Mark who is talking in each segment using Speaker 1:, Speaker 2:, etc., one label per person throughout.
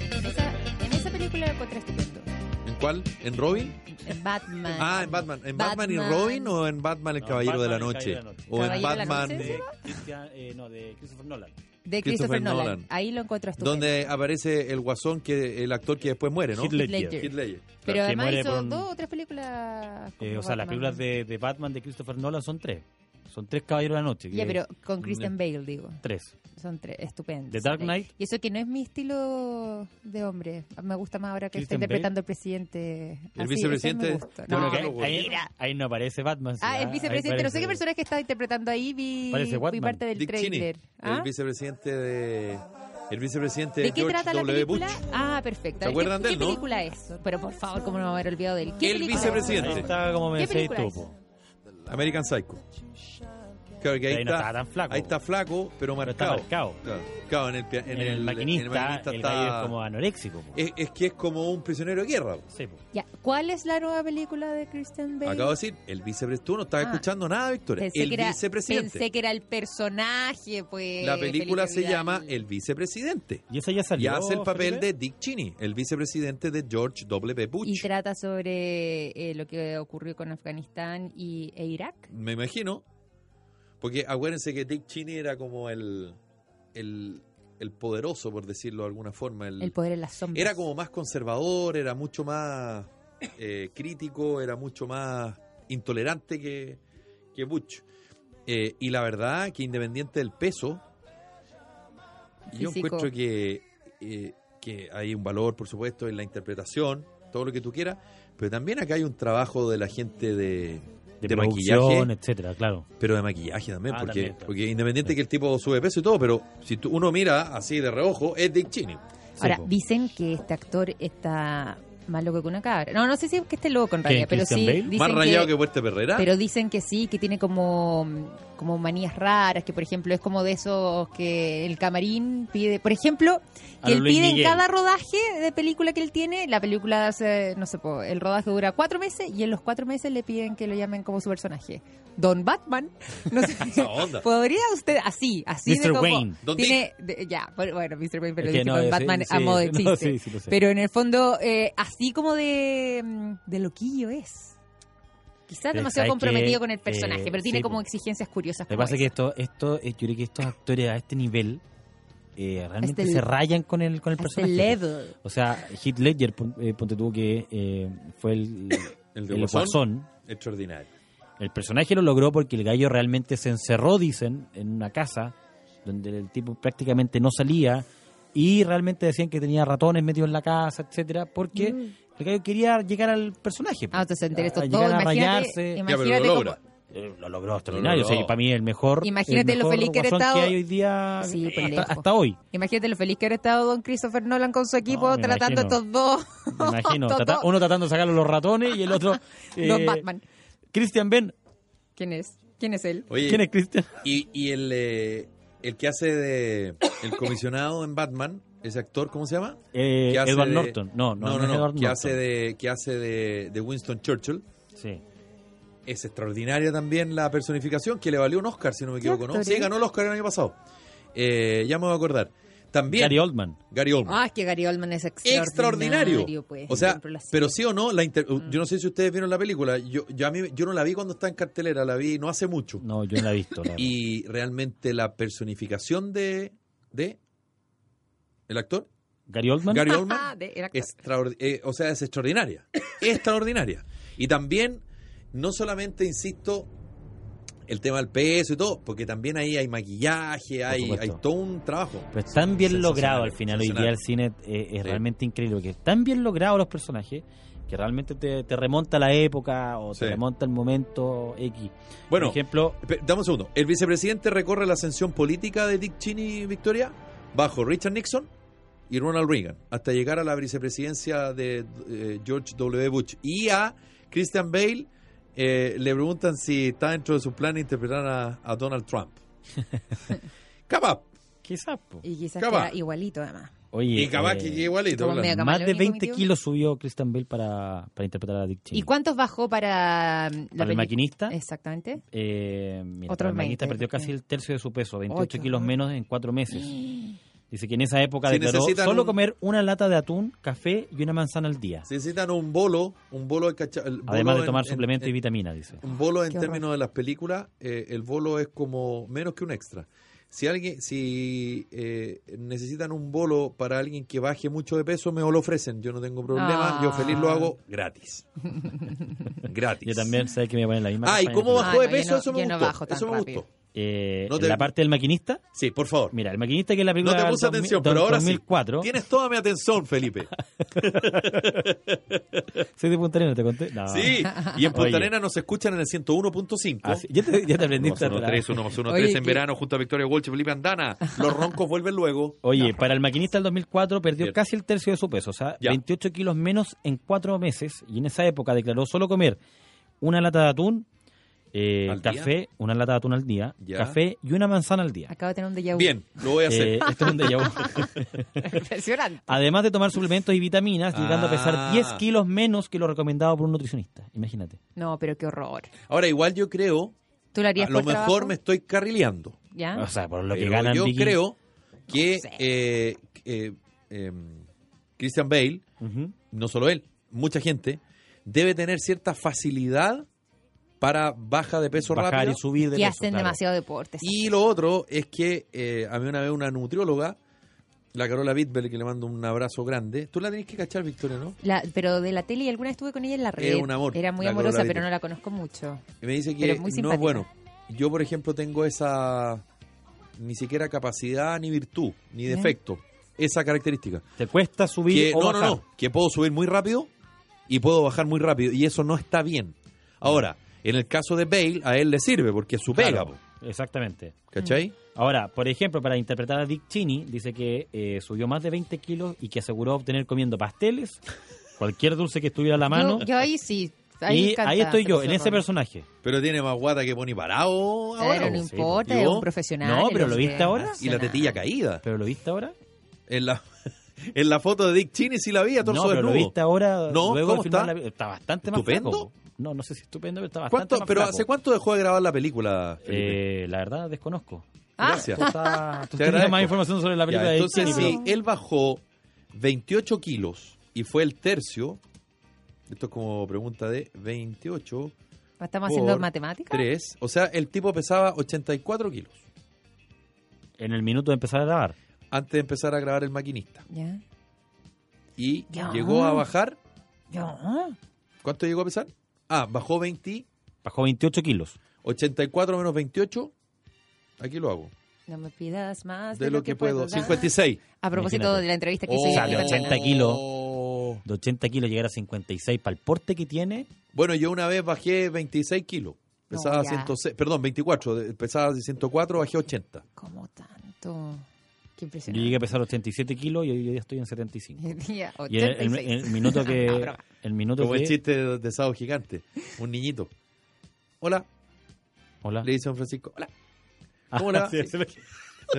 Speaker 1: En esa, en esa película lo encontré estupendo.
Speaker 2: ¿En cuál? ¿En Robin?
Speaker 1: En Batman.
Speaker 2: Ah, en Batman. ¿En Batman, y Robin o en Batman el
Speaker 3: No,
Speaker 2: Caballero de la
Speaker 3: Batman, el
Speaker 2: Noche?
Speaker 3: Caballero de la Noche.
Speaker 2: O en
Speaker 1: Caballero de la
Speaker 2: Batman,
Speaker 1: Noche,
Speaker 3: De Christian, eh, no, de Christopher Nolan.
Speaker 1: De
Speaker 2: Christopher
Speaker 1: Christopher Nolan.
Speaker 2: Nolan.
Speaker 1: Ahí lo encuentro estupendo.
Speaker 2: donde aparece el guasón, que el actor que después muere, ¿no?
Speaker 3: Heath Ledger.
Speaker 1: Ledger.
Speaker 2: Heath Ledger.
Speaker 1: Pero
Speaker 3: que
Speaker 1: además
Speaker 3: muere
Speaker 1: hizo
Speaker 3: por un-
Speaker 1: dos o tres películas. como
Speaker 3: Eh, o sea,
Speaker 1: Batman.
Speaker 3: las películas de, de Batman de Christopher Nolan son tres. Son tres Caballeros de la Noche. que-
Speaker 1: Ya, pero con Christian Bale, digo.
Speaker 3: Tres.
Speaker 1: Son tres, estupendos.
Speaker 3: The Dark
Speaker 1: Ok.
Speaker 3: Knight.
Speaker 1: Y eso que no es mi estilo de hombre. Me gusta más ahora que está
Speaker 3: Christian Bale.
Speaker 1: interpretando el presidente.
Speaker 2: El
Speaker 1: Así,
Speaker 2: vicepresidente.
Speaker 1: ese me gusta.
Speaker 2: Bueno,
Speaker 1: No,
Speaker 3: Bueno, que
Speaker 2: no,
Speaker 3: ahí,
Speaker 1: mira.
Speaker 3: ahí no aparece Batman. sí,
Speaker 1: Ah, el
Speaker 3: ahí
Speaker 1: vicepresidente. No sé
Speaker 3: parece-
Speaker 1: qué personaje que estaba interpretando ahí. Vi,
Speaker 3: Parece
Speaker 1: vi
Speaker 3: Batman.
Speaker 1: parte del
Speaker 2: Dick Cheney,
Speaker 1: trailer. ¿Ah?
Speaker 2: el vicepresidente de... El vicepresidente
Speaker 1: ¿De qué
Speaker 2: George
Speaker 1: trata la
Speaker 2: W.
Speaker 1: película?
Speaker 2: Bush.
Speaker 1: Ah, perfecto.
Speaker 2: ¿Se
Speaker 1: A ver,
Speaker 2: acuerdan
Speaker 1: ¿qué,
Speaker 2: de él,
Speaker 1: ¿Qué
Speaker 2: no?
Speaker 1: película es? Pero por favor, cómo no me haber olvidado de él. ¿Qué
Speaker 2: El
Speaker 1: película es?
Speaker 2: vicepresidente.
Speaker 3: Ahí está como me
Speaker 1: ¿Qué
Speaker 3: decís
Speaker 1: película
Speaker 3: tú.
Speaker 1: es?
Speaker 3: po.
Speaker 2: American Psycho. Claro que ahí,
Speaker 3: Ahí no
Speaker 2: está,
Speaker 3: estaba tan flaco.
Speaker 2: Ahí está flaco, pero
Speaker 3: Pero está
Speaker 2: marcado.
Speaker 3: marcado.
Speaker 2: Claro, claro, en el, pia- en
Speaker 3: En
Speaker 2: el-
Speaker 3: el maquinista,
Speaker 2: en
Speaker 3: el,
Speaker 2: el maquinista
Speaker 3: gallo
Speaker 2: está... Eh,
Speaker 3: es como anoréxico. po.
Speaker 2: Es, es que es como un prisionero de guerra.
Speaker 3: Sí, po.
Speaker 1: Ya, ¿Cuál es la nueva película de Christian Bale?
Speaker 2: Acabo de decir, el vicepresidente. Tú no estás
Speaker 1: Ah.
Speaker 2: escuchando nada, Victoria.
Speaker 1: Pensé
Speaker 2: el
Speaker 1: que era-
Speaker 2: vicepresidente.
Speaker 1: Pensé que era el personaje, pues.
Speaker 2: la película
Speaker 1: Felipe
Speaker 2: se
Speaker 1: Vidal.
Speaker 2: llama El vicepresidente.
Speaker 3: Y esa ya
Speaker 2: Y
Speaker 3: salió.
Speaker 2: hace el papel
Speaker 3: Felipe?
Speaker 2: de Dick Cheney, el vicepresidente de George W.
Speaker 1: Y
Speaker 2: Bush.
Speaker 1: trata sobre eh, lo que ocurrió con Afganistán y, e Irak.
Speaker 2: Me imagino. Porque acuérdense que Dick Cheney era como el, el, el poderoso, por decirlo de alguna forma. El,
Speaker 1: El poder en las sombras.
Speaker 2: era como más conservador, era mucho más eh, crítico, era mucho más intolerante que, que Bush. Eh, y la verdad que independiente del peso, yo
Speaker 1: Físico.
Speaker 2: encuentro que, eh, que hay un valor, por supuesto, en la interpretación, todo lo que tú quieras, pero también acá hay un trabajo de la gente de,
Speaker 3: de,
Speaker 2: de
Speaker 3: producción,
Speaker 2: maquillaje.
Speaker 3: etcétera, claro.
Speaker 2: pero de maquillaje también,
Speaker 3: Ah,
Speaker 2: porque,
Speaker 3: también, claro.
Speaker 2: porque independiente que el tipo sube peso y todo, pero si tú- uno mira así de reojo, es Dick Cheney.
Speaker 1: Ahora,
Speaker 3: Sí, po.
Speaker 1: dicen que este actor está más loco que una cabra. No, no sé si es que esté loco en realidad, pero
Speaker 3: Christian
Speaker 1: sí.
Speaker 3: Bale?
Speaker 1: Dicen
Speaker 2: Más rayado que, Puerte Perrera.
Speaker 1: Pero dicen que sí, que tiene como, como manías raras, que por ejemplo es como de esos que el camarín pide, por ejemplo,
Speaker 3: A
Speaker 1: que
Speaker 3: lo
Speaker 1: él
Speaker 3: Luis
Speaker 1: pide en
Speaker 3: Miguel.
Speaker 1: cada rodaje de película que él tiene, la película hace, no sé, po, el rodaje dura cuatro meses y en los cuatro meses le piden que lo llamen como su personaje. Don Batman, no sé,
Speaker 2: Esa onda.
Speaker 1: ¿podría usted, así, así de
Speaker 3: Mr.
Speaker 1: como...
Speaker 3: Wayne.
Speaker 2: Don
Speaker 1: tiene, de- ya, bueno, bueno, Mr. Wayne, pero
Speaker 3: Es que
Speaker 1: dice
Speaker 3: no,
Speaker 1: con
Speaker 3: yo sé,
Speaker 1: Batman
Speaker 3: sí,
Speaker 1: a modo de
Speaker 3: no,
Speaker 1: chiste.
Speaker 3: sí, sí, lo sé.
Speaker 1: Pero en el fondo, eh, así como de, mm, de loquillo es. Quizás
Speaker 3: Pero
Speaker 1: demasiado
Speaker 3: ¿sabes
Speaker 1: comprometido
Speaker 3: qué?
Speaker 1: con el personaje,
Speaker 3: Eh,
Speaker 1: pero tiene
Speaker 3: sí,
Speaker 1: como
Speaker 3: po.
Speaker 1: exigencias curiosas.
Speaker 3: Lo que
Speaker 1: como
Speaker 3: pasa es que
Speaker 1: esa.
Speaker 3: esto, esto, eh, yo creo que estos actores a este nivel eh,
Speaker 1: Hasta
Speaker 3: realmente
Speaker 1: el-
Speaker 3: se rayan con el, con el
Speaker 1: Hasta
Speaker 3: personaje.
Speaker 1: el level.
Speaker 3: O sea, Heath Ledger, pon- eh, ponte tú que eh, fue el,
Speaker 2: El de
Speaker 3: el
Speaker 2: Guasón.
Speaker 3: guasón.
Speaker 2: Extraordinario.
Speaker 3: El personaje lo logró porque el gallo realmente se encerró, dicen, en una casa donde el tipo prácticamente no salía y realmente decían que tenía ratones metidos en la casa, etcétera, porque el gallo quería llegar al personaje.
Speaker 1: Mm. Ah, entonces
Speaker 3: a-
Speaker 1: enteré esto
Speaker 3: a
Speaker 1: todo.
Speaker 3: llegar a
Speaker 1: Imagínate,
Speaker 3: rayarse.
Speaker 2: Ya, pero
Speaker 1: imagínate
Speaker 2: lo
Speaker 1: cómo-
Speaker 2: logra.
Speaker 3: Eh, lo logró extraordinario.
Speaker 2: logró.
Speaker 3: O sea, para mí el mejor.
Speaker 1: Imagínate
Speaker 3: el
Speaker 1: lo
Speaker 3: mejor
Speaker 1: feliz que habrá
Speaker 3: guasón
Speaker 1: estado.
Speaker 3: hay hoy día.
Speaker 1: Sí, pues,
Speaker 3: eh, hasta,
Speaker 1: pendejo.
Speaker 3: hasta hoy.
Speaker 1: imagínate lo feliz que habrá estado Don Christopher Nolan con su equipo
Speaker 3: No, me
Speaker 1: tratando a
Speaker 3: imagino.
Speaker 1: estos dos.
Speaker 3: Me imagino.
Speaker 1: Estos
Speaker 3: Trata-
Speaker 1: dos.
Speaker 3: uno tratando de sacarle los ratones y el otro.
Speaker 1: Don
Speaker 3: eh,
Speaker 1: Batman.
Speaker 3: Christian Ben.
Speaker 1: ¿Quién es? ¿Quién es él?
Speaker 2: Oye,
Speaker 3: ¿Quién es Christian?
Speaker 2: y, y el, eh, el que hace de el comisionado en Batman, ese actor, ¿cómo se llama?
Speaker 3: Eh,
Speaker 2: Que hace
Speaker 3: Edward
Speaker 2: de-
Speaker 3: Norton. No, no, no, es Edward
Speaker 2: que
Speaker 3: Norton.
Speaker 2: hace de que hace de, de Winston Churchill.
Speaker 3: Sí.
Speaker 2: Es extraordinaria también la personificación que le valió un Oscar, si no me
Speaker 1: ¿Qué
Speaker 2: equivoco, ¿no?
Speaker 1: actor
Speaker 2: Sí,
Speaker 1: es?
Speaker 2: ganó el Oscar el año pasado. Eh, ya me voy a acordar. También
Speaker 3: Gary Oldman.
Speaker 2: Gary Oldman.
Speaker 1: Ah, es que Gary Oldman es extraordinario.
Speaker 2: extraordinario.
Speaker 1: pues.
Speaker 2: o sea,
Speaker 1: Siempre lo ha sido.
Speaker 2: pero sí o no, la inter-
Speaker 1: Mm.
Speaker 2: yo no sé si ustedes vieron la película. Yo, yo, a mí, yo no la vi cuando está en cartelera, la vi no hace mucho.
Speaker 3: No, yo no la he visto. la verdad.
Speaker 2: Y realmente la personificación de, de el actor,
Speaker 3: Gary Oldman.
Speaker 2: Gary Oldman,
Speaker 1: Ah, de- era-
Speaker 2: extraordi- eh, o sea, es extraordinaria. extraordinaria. Y también, no solamente, insisto, el tema del peso y todo, porque también ahí hay maquillaje, hay,
Speaker 3: supuesto.
Speaker 2: hay todo un trabajo.
Speaker 3: Pero es tan bien
Speaker 2: Sensacional,
Speaker 3: logrado al final, hoy día el cine eh, es,
Speaker 2: Sí.
Speaker 3: realmente increíble, porque tan bien logrado los personajes que realmente te, te remonta a la época o
Speaker 2: Sí.
Speaker 3: te remonta al momento X.
Speaker 2: Bueno,
Speaker 3: Por ejemplo,
Speaker 2: pe- dame un segundo. El vicepresidente recorre la ascensión política de Dick Cheney y Victoria bajo Richard Nixon y Ronald Reagan hasta llegar a la vicepresidencia de eh, George W. Bush. Y a Christian Bale eh, le preguntan si está dentro de su plan interpretar a, a Donald Trump. Capaz.
Speaker 3: quizás. po.
Speaker 1: Y quizás
Speaker 2: Capaz.
Speaker 1: queda igualito, además.
Speaker 3: Oye,
Speaker 2: Y capaz
Speaker 3: eh,
Speaker 2: que igualito.
Speaker 1: como
Speaker 2: claro.
Speaker 1: medio
Speaker 3: más de
Speaker 1: camaleónico,
Speaker 3: 20
Speaker 1: metió.
Speaker 3: kilos subió Christian Bale para, para interpretar a Dick Cheney.
Speaker 1: ¿Y cuántos bajó para mm, la
Speaker 3: Para el
Speaker 1: peli-
Speaker 3: maquinista,
Speaker 1: Exactamente.
Speaker 3: eh, mira,
Speaker 1: Otros
Speaker 3: el maquinista
Speaker 1: 20,
Speaker 3: perdió casi
Speaker 1: porque-
Speaker 3: el tercio de su peso, 28
Speaker 1: Ocho,
Speaker 3: kilos
Speaker 1: ¿no?
Speaker 3: menos en cuatro meses. Dice que en esa época
Speaker 2: Si
Speaker 3: declaró
Speaker 2: necesitan
Speaker 3: solo
Speaker 2: un-
Speaker 3: comer una lata de atún, café y una manzana al día,
Speaker 2: Se necesitan un bolo, un bolo, de cacha- el bolo
Speaker 3: además de
Speaker 2: en-
Speaker 3: tomar
Speaker 2: en-
Speaker 3: suplementos
Speaker 2: en-
Speaker 3: y vitaminas, dice.
Speaker 2: Un bolo en
Speaker 1: Qué horror.
Speaker 2: términos de las películas, eh, el bolo es como menos que un extra. Si alguien, si eh, necesitan un bolo para alguien que baje mucho de peso, me lo ofrecen. Yo no tengo
Speaker 1: Ah.
Speaker 2: problema, yo feliz lo hago gratis. gratis.
Speaker 3: Yo también sé que me ponen la misma.
Speaker 2: Ah, ¿y
Speaker 3: campaña
Speaker 2: cómo
Speaker 3: que-
Speaker 1: Ah,
Speaker 2: bajó de
Speaker 1: no, yo
Speaker 2: peso?
Speaker 1: no-
Speaker 2: eso me
Speaker 1: yo no
Speaker 2: gustó.
Speaker 1: bajo tan
Speaker 2: eso me
Speaker 1: rápido.
Speaker 2: gustó.
Speaker 3: Eh,
Speaker 2: No
Speaker 3: en
Speaker 2: te-
Speaker 3: La parte del maquinista.
Speaker 2: Sí, por favor.
Speaker 3: Mira, el maquinista que es la
Speaker 2: No
Speaker 3: película
Speaker 2: te
Speaker 3: del
Speaker 2: puse
Speaker 3: 2000
Speaker 2: atención, pero ahora sí.
Speaker 3: 2004.
Speaker 2: Tienes toda mi atención, Felipe.
Speaker 3: Ah. Soy de Punta Arenas, te conté. No.
Speaker 2: Sí, y en
Speaker 3: Oye.
Speaker 2: Punta Arenas nos escuchan en el 101.5.
Speaker 3: Ah, sí. Ya te, ya te aprendiste. a la-
Speaker 2: 1-3, 1 más 1
Speaker 1: Oye,
Speaker 2: 3 en
Speaker 1: que-
Speaker 2: verano junto a Victoria Walsh y Felipe Andana. Los roncos vuelven luego.
Speaker 3: Oye, para el maquinista del 2004 perdió
Speaker 2: Cierto.
Speaker 3: casi el tercio de su peso, o sea,
Speaker 2: Ya.
Speaker 3: 28 kilos menos en cuatro meses. Y en esa época declaró solo comer una lata de atún, eh,
Speaker 2: ¿Al
Speaker 3: café, una lata de atún al día,
Speaker 2: Ya.
Speaker 3: café y una manzana al día.
Speaker 1: Acabo de tener un déjà vu.
Speaker 2: Bien, lo voy a hacer.
Speaker 3: Eh, esto es un déjà vu.
Speaker 1: Impresionante.
Speaker 3: Además de tomar suplementos y vitaminas, llegando a
Speaker 2: Ah.
Speaker 3: pesar 10 kilos menos que lo recomendado por un nutricionista. Imagínate.
Speaker 1: No, pero qué horror.
Speaker 2: Ahora, igual yo creo,
Speaker 1: ¿Tú lo harías
Speaker 2: a lo
Speaker 1: por
Speaker 2: mejor
Speaker 1: trabajo?
Speaker 2: me Ah, estoy carrileando.
Speaker 1: ¿Ya?
Speaker 3: O sea, por lo que
Speaker 2: pero
Speaker 3: ganan.
Speaker 2: yo
Speaker 3: Vicky.
Speaker 2: creo que
Speaker 1: sé.
Speaker 2: eh, eh, eh, Christian Bale,
Speaker 3: Ujú.
Speaker 2: no solo él, mucha gente, debe tener cierta facilidad para baja de peso
Speaker 3: Bajar
Speaker 2: rápido.
Speaker 3: y subir de
Speaker 1: que
Speaker 3: peso,
Speaker 1: hacen
Speaker 3: claro.
Speaker 1: demasiado deporte.
Speaker 2: Y lo otro es que eh, a mí una vez una nutrióloga, la Carola Bitbel, que le mando un abrazo grande, tú la tenés que cachar, Victoria, ¿no?
Speaker 1: La- pero de la tele, y alguna vez estuve con ella en la red.
Speaker 2: Es un amor,
Speaker 1: Era muy
Speaker 2: la
Speaker 1: amorosa,
Speaker 2: Carola
Speaker 1: pero
Speaker 2: Vito.
Speaker 1: no la conozco mucho.
Speaker 2: Y me dice
Speaker 1: Pero
Speaker 2: que
Speaker 1: es muy
Speaker 2: no es
Speaker 1: simpática.
Speaker 2: bueno. Yo, por ejemplo, tengo esa ni siquiera capacidad ni virtud, ni
Speaker 1: Ya.
Speaker 2: defecto, esa característica.
Speaker 3: Te cuesta
Speaker 2: Que,
Speaker 3: subir o
Speaker 2: no, no,
Speaker 3: bajar.
Speaker 2: no, que puedo subir muy rápido y puedo bajar muy rápido y eso no está bien. Ahora, en el caso de Bale, a él le sirve porque es su pega,
Speaker 3: Claro, Mm.
Speaker 2: po,
Speaker 3: Exactamente.
Speaker 2: ¿cachai?
Speaker 3: Ahora, por ejemplo, para interpretar a Dick Cheney, dice que eh, subió más de 20 kilos y que aseguró obtener comiendo pasteles, cualquier dulce que estuviera a la mano.
Speaker 1: Yo, yo ahí sí. Ahí, me
Speaker 3: y
Speaker 1: encanta
Speaker 3: ahí estoy yo,
Speaker 1: hacer
Speaker 3: en
Speaker 1: esos
Speaker 3: ese
Speaker 1: roles.
Speaker 3: personaje.
Speaker 2: Pero tiene más guata que Bonnie Parado ahora,
Speaker 1: Pero no
Speaker 2: po.
Speaker 3: sí,
Speaker 1: importa,
Speaker 2: pues,
Speaker 1: es
Speaker 2: yo-
Speaker 1: un profesional.
Speaker 3: No, pero
Speaker 1: el
Speaker 3: ¿lo viste
Speaker 1: hombre
Speaker 2: y
Speaker 3: ahora?
Speaker 2: la
Speaker 1: profesional.
Speaker 2: tetilla caída.
Speaker 3: ¿Pero lo viste ahora?
Speaker 2: En la, en la foto de Dick Cheney sí la vi a
Speaker 3: no,
Speaker 2: torso
Speaker 3: pero lo
Speaker 2: desnudo.
Speaker 3: viste ahora.
Speaker 2: No,
Speaker 3: luego
Speaker 2: ¿cómo
Speaker 3: al final
Speaker 2: está?
Speaker 3: la vi- está bastante
Speaker 2: ¿Estupendo?
Speaker 3: más flaco. No, no sé si estupendo, pero está bastante
Speaker 2: ¿Cuánto-
Speaker 3: más
Speaker 2: pero
Speaker 3: flaco.
Speaker 2: ¿hace cuánto dejó de grabar la película? Felipe?
Speaker 3: Eh, la verdad, desconozco.
Speaker 1: Ah,
Speaker 2: Gracias.
Speaker 3: Tú, estás- tú
Speaker 2: Te
Speaker 3: tienes
Speaker 2: agradezco.
Speaker 3: más información sobre la
Speaker 2: Ya,
Speaker 3: película de Dick
Speaker 2: entonces,
Speaker 3: Cheney,
Speaker 2: si
Speaker 3: pero-
Speaker 2: él bajó 28 kilos y fue el tercio, esto es como pregunta de 28,
Speaker 1: ¿Estamos
Speaker 2: Por
Speaker 1: haciendo matemáticas?
Speaker 2: 3, o sea, el tipo pesaba 84 kilos
Speaker 3: en el minuto de empezar a grabar.
Speaker 2: antes de empezar a grabar El Maquinista.
Speaker 1: Ya.
Speaker 2: Y
Speaker 1: Ya.
Speaker 2: llegó a bajar,
Speaker 1: Ya.
Speaker 2: ¿cuánto llegó a pesar? Ah, bajó 20,
Speaker 3: Bajó 28 kilos.
Speaker 2: 84 menos 28, aquí lo hago,
Speaker 1: No me pidas más
Speaker 2: de, lo, que, puedo,
Speaker 1: dar.
Speaker 2: 56.
Speaker 1: A propósito
Speaker 3: Imagínate.
Speaker 1: de la entrevista que
Speaker 2: Oh.
Speaker 1: hice.
Speaker 3: Sale
Speaker 1: con Chan.
Speaker 3: 80 kilos. De 80 kilos llegar a 56 para el porte que tiene.
Speaker 2: Bueno, yo una vez bajé 26 kilos. Pesaba
Speaker 1: No, Oh, ya.
Speaker 2: 106, perdón, 24, de- pesaba 104, bajé 80.
Speaker 1: ¿Cómo tanto? Qué
Speaker 3: Yo
Speaker 1: impresionante.
Speaker 3: llegué a pesar 87 kilos y hoy día estoy en 75.
Speaker 1: Día
Speaker 3: Y el, el-
Speaker 1: 86.
Speaker 3: el minuto
Speaker 1: No,
Speaker 3: que.
Speaker 1: broma.
Speaker 3: El minuto
Speaker 2: Como el
Speaker 3: que.
Speaker 2: chiste de, de Sado Gigante. Un niñito. Hola,
Speaker 3: Hola.
Speaker 2: le dice don Francisco. Hola. ¿Cómo
Speaker 3: Ah,
Speaker 2: le va?
Speaker 3: sí, sí, sí.
Speaker 2: Sí.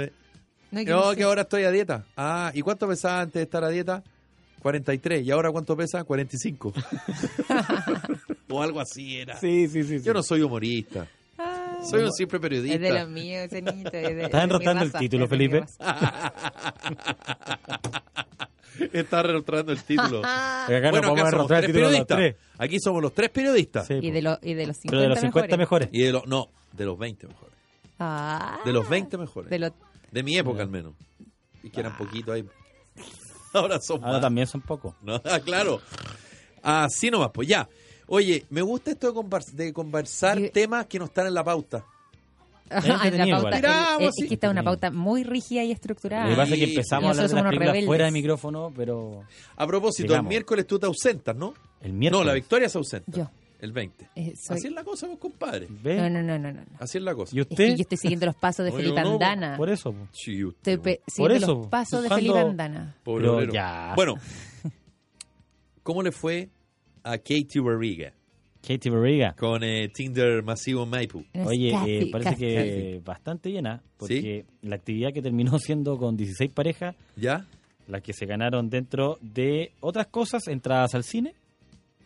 Speaker 1: No, yo no
Speaker 2: No,
Speaker 1: sé.
Speaker 2: que ahora estoy a dieta. Ah, ¿y cuánto pesaba antes de estar a dieta? 43. ¿Y ahora cuánto pesa? 45. o algo así era.
Speaker 3: Sí, sí, sí. sí.
Speaker 2: Yo no soy humorista.
Speaker 1: Ah.
Speaker 2: Soy un simple
Speaker 1: Es de los
Speaker 2: periodista.
Speaker 1: míos, ese niño. es de-
Speaker 3: Estás
Speaker 1: es de mi
Speaker 3: enrotando el
Speaker 1: raza,
Speaker 3: título,
Speaker 1: es de mi
Speaker 3: Felipe.
Speaker 1: raza.
Speaker 2: Está retrasando el título.
Speaker 3: Porque
Speaker 2: bueno,
Speaker 3: acá no
Speaker 2: acá
Speaker 3: podemos
Speaker 2: somos
Speaker 3: arrastrar
Speaker 2: tres
Speaker 3: el título de los
Speaker 2: periodistas.
Speaker 3: tres.
Speaker 2: Aquí somos los tres periodistas.
Speaker 3: Sí,
Speaker 1: Y
Speaker 3: po.
Speaker 1: de, los y de los 50
Speaker 3: pero de los 50 mejores.
Speaker 2: Y de los, no, de los 20 mejores.
Speaker 1: Ah.
Speaker 2: De los 20 mejores.
Speaker 1: De Ah.
Speaker 2: De,
Speaker 1: los-
Speaker 2: mi época al menos. Y que eran poquitos ahí. Ahora son
Speaker 3: Ahora
Speaker 2: más.
Speaker 3: también son pocos.
Speaker 2: ¿no? Ah, claro. Así nomás, pues ya. Oye, me gusta esto de, convars- de conversar
Speaker 1: Yo-
Speaker 2: temas que no están en la pauta.
Speaker 3: Es
Speaker 1: Ah, en la
Speaker 3: entretenido
Speaker 1: pauta-
Speaker 3: Este igual.
Speaker 2: Tiramos,
Speaker 1: el- es,
Speaker 2: sí.
Speaker 1: que esta es una
Speaker 3: Entretenido.
Speaker 1: pauta muy rígida y estructurada.
Speaker 3: Lo que pasa es que
Speaker 2: Sí,
Speaker 3: empezamos a
Speaker 1: nosotros
Speaker 3: hablar de las
Speaker 1: somos
Speaker 3: películas
Speaker 1: rebeldes.
Speaker 3: fuera de micrófono, pero
Speaker 2: A propósito,
Speaker 3: Digamos.
Speaker 2: el miércoles tú te ausentas, ¿no?
Speaker 3: el miércoles.
Speaker 2: No, la Victoria se ausenta.
Speaker 1: Yo.
Speaker 2: El 20.
Speaker 1: eh, soy-
Speaker 2: Así es la cosa, vos, compadre.
Speaker 3: ¿Ve?
Speaker 1: No, no, no, no, no. no.
Speaker 2: Así es la cosa.
Speaker 3: ¿Y
Speaker 1: Es que
Speaker 3: ¿Eh? usted?
Speaker 1: yo estoy siguiendo los pasos de
Speaker 2: Oye,
Speaker 1: Felipe
Speaker 2: no,
Speaker 1: Andana.
Speaker 3: Por eso. po.
Speaker 2: Sí, usted,
Speaker 1: Estoy pe-
Speaker 3: Por
Speaker 1: siguiendo
Speaker 3: eso,
Speaker 1: los pasos de
Speaker 3: buscando-
Speaker 1: Felipe Andana.
Speaker 2: pobre
Speaker 3: Pero
Speaker 2: obrero.
Speaker 3: ya.
Speaker 2: Bueno, ¿cómo le fue a Katie Barriga
Speaker 3: Katy Barriga.
Speaker 2: con eh, Tinder Masivo Maipú?
Speaker 1: No es
Speaker 3: Oye, eh,
Speaker 1: Kathy,
Speaker 3: parece
Speaker 1: Kathy.
Speaker 3: que bastante llena, porque la actividad que terminó siendo con 16 parejas,
Speaker 2: ¿Ya?
Speaker 3: las que se ganaron dentro de otras cosas, entradas al cine,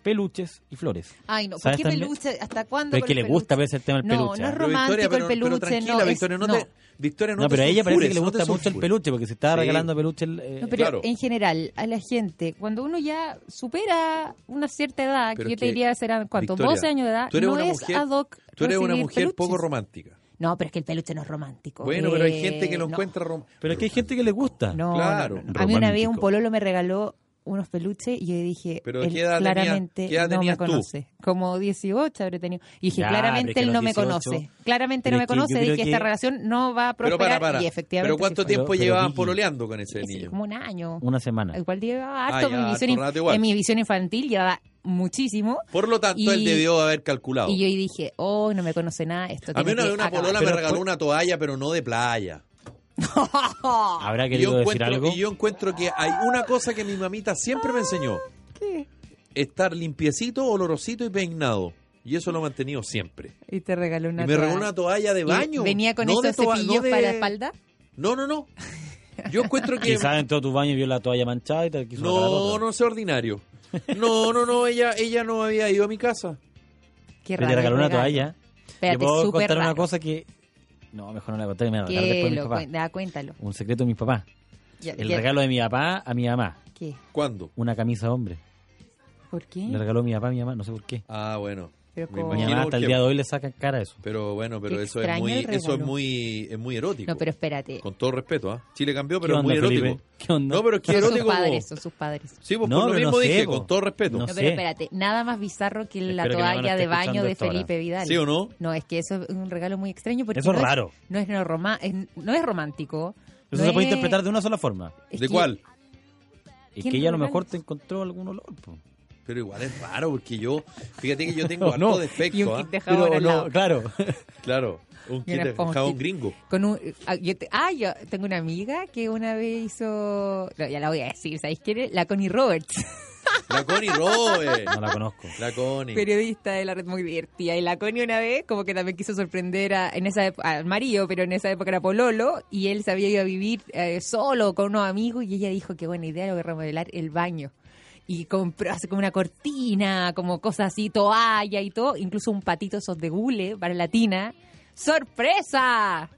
Speaker 3: peluches y flores.
Speaker 1: Ay, no, ¿por
Speaker 3: ¿Sabes
Speaker 1: qué
Speaker 3: también?
Speaker 1: peluche? ¿Hasta cuándo?
Speaker 3: Pero es
Speaker 1: con
Speaker 3: que
Speaker 1: el
Speaker 3: le
Speaker 1: peluche?
Speaker 3: gusta a veces el tema del
Speaker 1: No,
Speaker 3: peluche.
Speaker 1: no es
Speaker 3: ¿eh?
Speaker 1: ro- romántico
Speaker 2: Victoria, pero,
Speaker 1: el peluche,
Speaker 2: pero tranquila,
Speaker 1: no,
Speaker 2: Victoria,
Speaker 1: es-
Speaker 2: no, te,
Speaker 1: no.
Speaker 2: Victoria, no,
Speaker 3: No,
Speaker 2: te
Speaker 3: pero a ella parece
Speaker 2: sulfures,
Speaker 3: que le
Speaker 2: no
Speaker 3: gusta
Speaker 2: te
Speaker 3: mucho el
Speaker 2: sulfures.
Speaker 3: peluche, porque se estaba
Speaker 2: Sí.
Speaker 3: regalando peluche. el, eh,
Speaker 1: No, pero
Speaker 2: Claro.
Speaker 1: en general, a la gente, cuando uno ya supera una cierta edad,
Speaker 2: Pero
Speaker 1: que yo
Speaker 2: es
Speaker 1: te
Speaker 2: que,
Speaker 1: diría serán, ¿cuánto?
Speaker 2: Victoria,
Speaker 1: 12 años de edad,
Speaker 2: tú eres
Speaker 1: no
Speaker 2: una
Speaker 1: es
Speaker 2: mujer-
Speaker 1: ad hoc
Speaker 2: Tú eres una
Speaker 1: recibir
Speaker 2: mujer poco
Speaker 1: peluches.
Speaker 2: romántica.
Speaker 1: No, pero es que el peluche no es romántico.
Speaker 2: Bueno, pero hay gente que lo
Speaker 1: Eh, no.
Speaker 2: encuentra romántico.
Speaker 3: pero es que hay gente que le gusta.
Speaker 1: No,
Speaker 2: Claro,
Speaker 1: no, no, no. A mí una vez
Speaker 3: romántico.
Speaker 1: un pololo me regaló unos peluches y yo dije,
Speaker 2: Pero
Speaker 1: él
Speaker 2: ¿qué edad tenía-
Speaker 1: claramente
Speaker 2: qué edad
Speaker 1: no me
Speaker 2: tenías tú?
Speaker 1: conoce. Como 18 habré tenido. Y dije,
Speaker 3: Ya, pero
Speaker 1: claramente
Speaker 3: es que
Speaker 1: él
Speaker 3: a
Speaker 1: no
Speaker 3: los
Speaker 1: me
Speaker 3: 18,
Speaker 1: conoce. Claramente no
Speaker 3: pero es
Speaker 1: me
Speaker 3: que yo
Speaker 1: conoce.
Speaker 3: creo
Speaker 1: Dije,
Speaker 3: que-
Speaker 1: esta relación no va a
Speaker 2: Pero
Speaker 1: prosperar.
Speaker 2: para, para.
Speaker 1: Y efectivamente
Speaker 2: ¿Pero cuánto
Speaker 1: sí fue.
Speaker 2: tiempo
Speaker 3: Pero- pero
Speaker 2: llevaban
Speaker 3: Guille-
Speaker 2: pololeando con ese
Speaker 1: Sí,
Speaker 2: niño?
Speaker 1: como un año.
Speaker 3: Una semana.
Speaker 1: Igual llevaba
Speaker 2: Ah,
Speaker 1: harto.
Speaker 2: ya,
Speaker 1: mi
Speaker 2: harto
Speaker 1: visión inf-
Speaker 2: rato igual.
Speaker 1: en mi visión infantil llevaba muchísimo.
Speaker 2: Por lo tanto, él
Speaker 1: Y-
Speaker 2: debió haber calculado.
Speaker 1: Y yo ahí dije, oh, no me conoce nada. Esto
Speaker 2: a mí
Speaker 1: tiene
Speaker 2: una
Speaker 1: que
Speaker 2: vez una
Speaker 1: acabar.
Speaker 2: polola me
Speaker 3: Pero
Speaker 2: regaló
Speaker 3: fue-
Speaker 2: una toalla, pero no de playa.
Speaker 3: ¿Habrá
Speaker 2: Y yo,
Speaker 3: querido decir
Speaker 2: encuentro,
Speaker 3: algo?
Speaker 2: y yo encuentro que hay una cosa que mi mamita siempre me enseñó.
Speaker 1: ¿Qué?
Speaker 2: Estar limpiecito, olorosito y peinado. Y eso lo he mantenido siempre.
Speaker 1: Y te regaló
Speaker 2: Y
Speaker 1: una
Speaker 2: me regaló
Speaker 1: toalla.
Speaker 2: una toalla de
Speaker 1: Y
Speaker 2: baño.
Speaker 1: Venía con
Speaker 2: no de
Speaker 1: esos
Speaker 2: toa- no
Speaker 1: cepillos
Speaker 2: de-
Speaker 1: para la espalda.
Speaker 2: No, no, no. Yo encuentro que...
Speaker 3: Quizás entró a tu baño y vio la toalla manchada y te quiso regalar
Speaker 2: No,
Speaker 3: otra.
Speaker 2: no sé ordinario. No, no, no, ella, ella no había ido a mi casa.
Speaker 1: Qué
Speaker 3: Pero
Speaker 1: raro.
Speaker 3: te regaló
Speaker 1: el
Speaker 3: una
Speaker 1: regalo.
Speaker 3: toalla. Te
Speaker 1: Espérate,
Speaker 3: puedo
Speaker 1: súper
Speaker 3: contar una
Speaker 1: raro.
Speaker 3: cosa que... No, mejor no la contaré, me la regalaron
Speaker 1: Que
Speaker 3: después mis
Speaker 1: lo
Speaker 3: papás.
Speaker 1: cuen- da, cuéntalo.
Speaker 3: Un secreto de mis papás.
Speaker 1: Ya-
Speaker 3: El
Speaker 1: ya-
Speaker 3: regalo de mi papá a mi mamá.
Speaker 1: ¿Qué?
Speaker 2: ¿Cuándo?
Speaker 3: Una camisa hombre.
Speaker 1: ¿Por qué?
Speaker 3: Le regaló mi papá a mi mamá, no sé por qué.
Speaker 2: Ah, bueno.
Speaker 1: Pero
Speaker 2: Me
Speaker 1: como-
Speaker 3: Mi
Speaker 2: imagino
Speaker 3: mamá hasta el
Speaker 2: porque-
Speaker 3: día de hoy le sacan cara a eso.
Speaker 2: Pero bueno, pero
Speaker 1: Qué
Speaker 2: eso es
Speaker 1: extraño
Speaker 2: muy,
Speaker 1: el
Speaker 2: eso es
Speaker 1: regalo.
Speaker 2: muy, es muy erótico.
Speaker 1: No, pero espérate.
Speaker 2: Con todo respeto, ¿ah? Chile cambió,
Speaker 3: ¿Qué
Speaker 2: pero es
Speaker 3: onda,
Speaker 2: muy erótico.
Speaker 3: Felipe? ¿Qué onda?
Speaker 2: No, pero es que
Speaker 1: Son sus
Speaker 2: erótico.
Speaker 1: padres,
Speaker 2: vos.
Speaker 1: son sus padres.
Speaker 2: Sí, pues
Speaker 3: No,
Speaker 2: por lo
Speaker 3: pero no
Speaker 2: mismo
Speaker 3: sé,
Speaker 2: dije,
Speaker 3: vos.
Speaker 2: con todo respeto.
Speaker 3: No
Speaker 1: No,
Speaker 3: sé.
Speaker 1: pero espérate, nada más bizarro que la
Speaker 3: Espero que mi mamá no
Speaker 1: toalla
Speaker 3: esté
Speaker 1: de baño
Speaker 3: escuchando
Speaker 1: de
Speaker 3: esto ahora.
Speaker 1: Felipe Vidal.
Speaker 2: ¿Sí o no?
Speaker 1: No, es que eso es un regalo muy extraño. Porque
Speaker 3: Eso es
Speaker 1: no
Speaker 3: raro.
Speaker 1: No es, no, roma- es- no es romántico.
Speaker 3: Eso
Speaker 1: no
Speaker 3: se puede
Speaker 1: es-
Speaker 3: interpretar de una sola forma.
Speaker 1: es
Speaker 2: ¿De
Speaker 1: que-
Speaker 2: cuál?
Speaker 3: Es
Speaker 1: ¿Quién
Speaker 3: que ella a
Speaker 1: regala
Speaker 3: lo mejor
Speaker 1: eso?
Speaker 3: te encontró algún olor. po.
Speaker 2: Pero igual es raro, porque yo, fíjate que yo tengo
Speaker 3: No,
Speaker 2: harto
Speaker 3: no.
Speaker 2: defecto,
Speaker 1: Y un
Speaker 2: ¿ah?
Speaker 1: kit de jabón al lado.
Speaker 3: claro.
Speaker 2: Claro, un
Speaker 1: Y
Speaker 2: kit
Speaker 1: una
Speaker 2: de
Speaker 1: esponja.
Speaker 2: jabón gringo.
Speaker 1: Con un, ah, yo te- ah, yo tengo una amiga que una vez hizo. No, ya la voy a decir, ¿sabéis quién es? La Connie Roberts,
Speaker 2: La Connie Roe. eh.
Speaker 3: No la conozco.
Speaker 2: La Connie.
Speaker 1: periodista de la red muy divertida. Y la Connie una vez, como que también quiso sorprender a, en esa ep- al marido, pero en esa época era Pololo, y él se había ido a vivir eh, solo con unos amigos, y ella dijo que buena idea lo de remodelar el baño. Y compró así como una cortina, como cosas así, toalla y todo, incluso un patito esos de gule para la tina. ¡Sorpresa!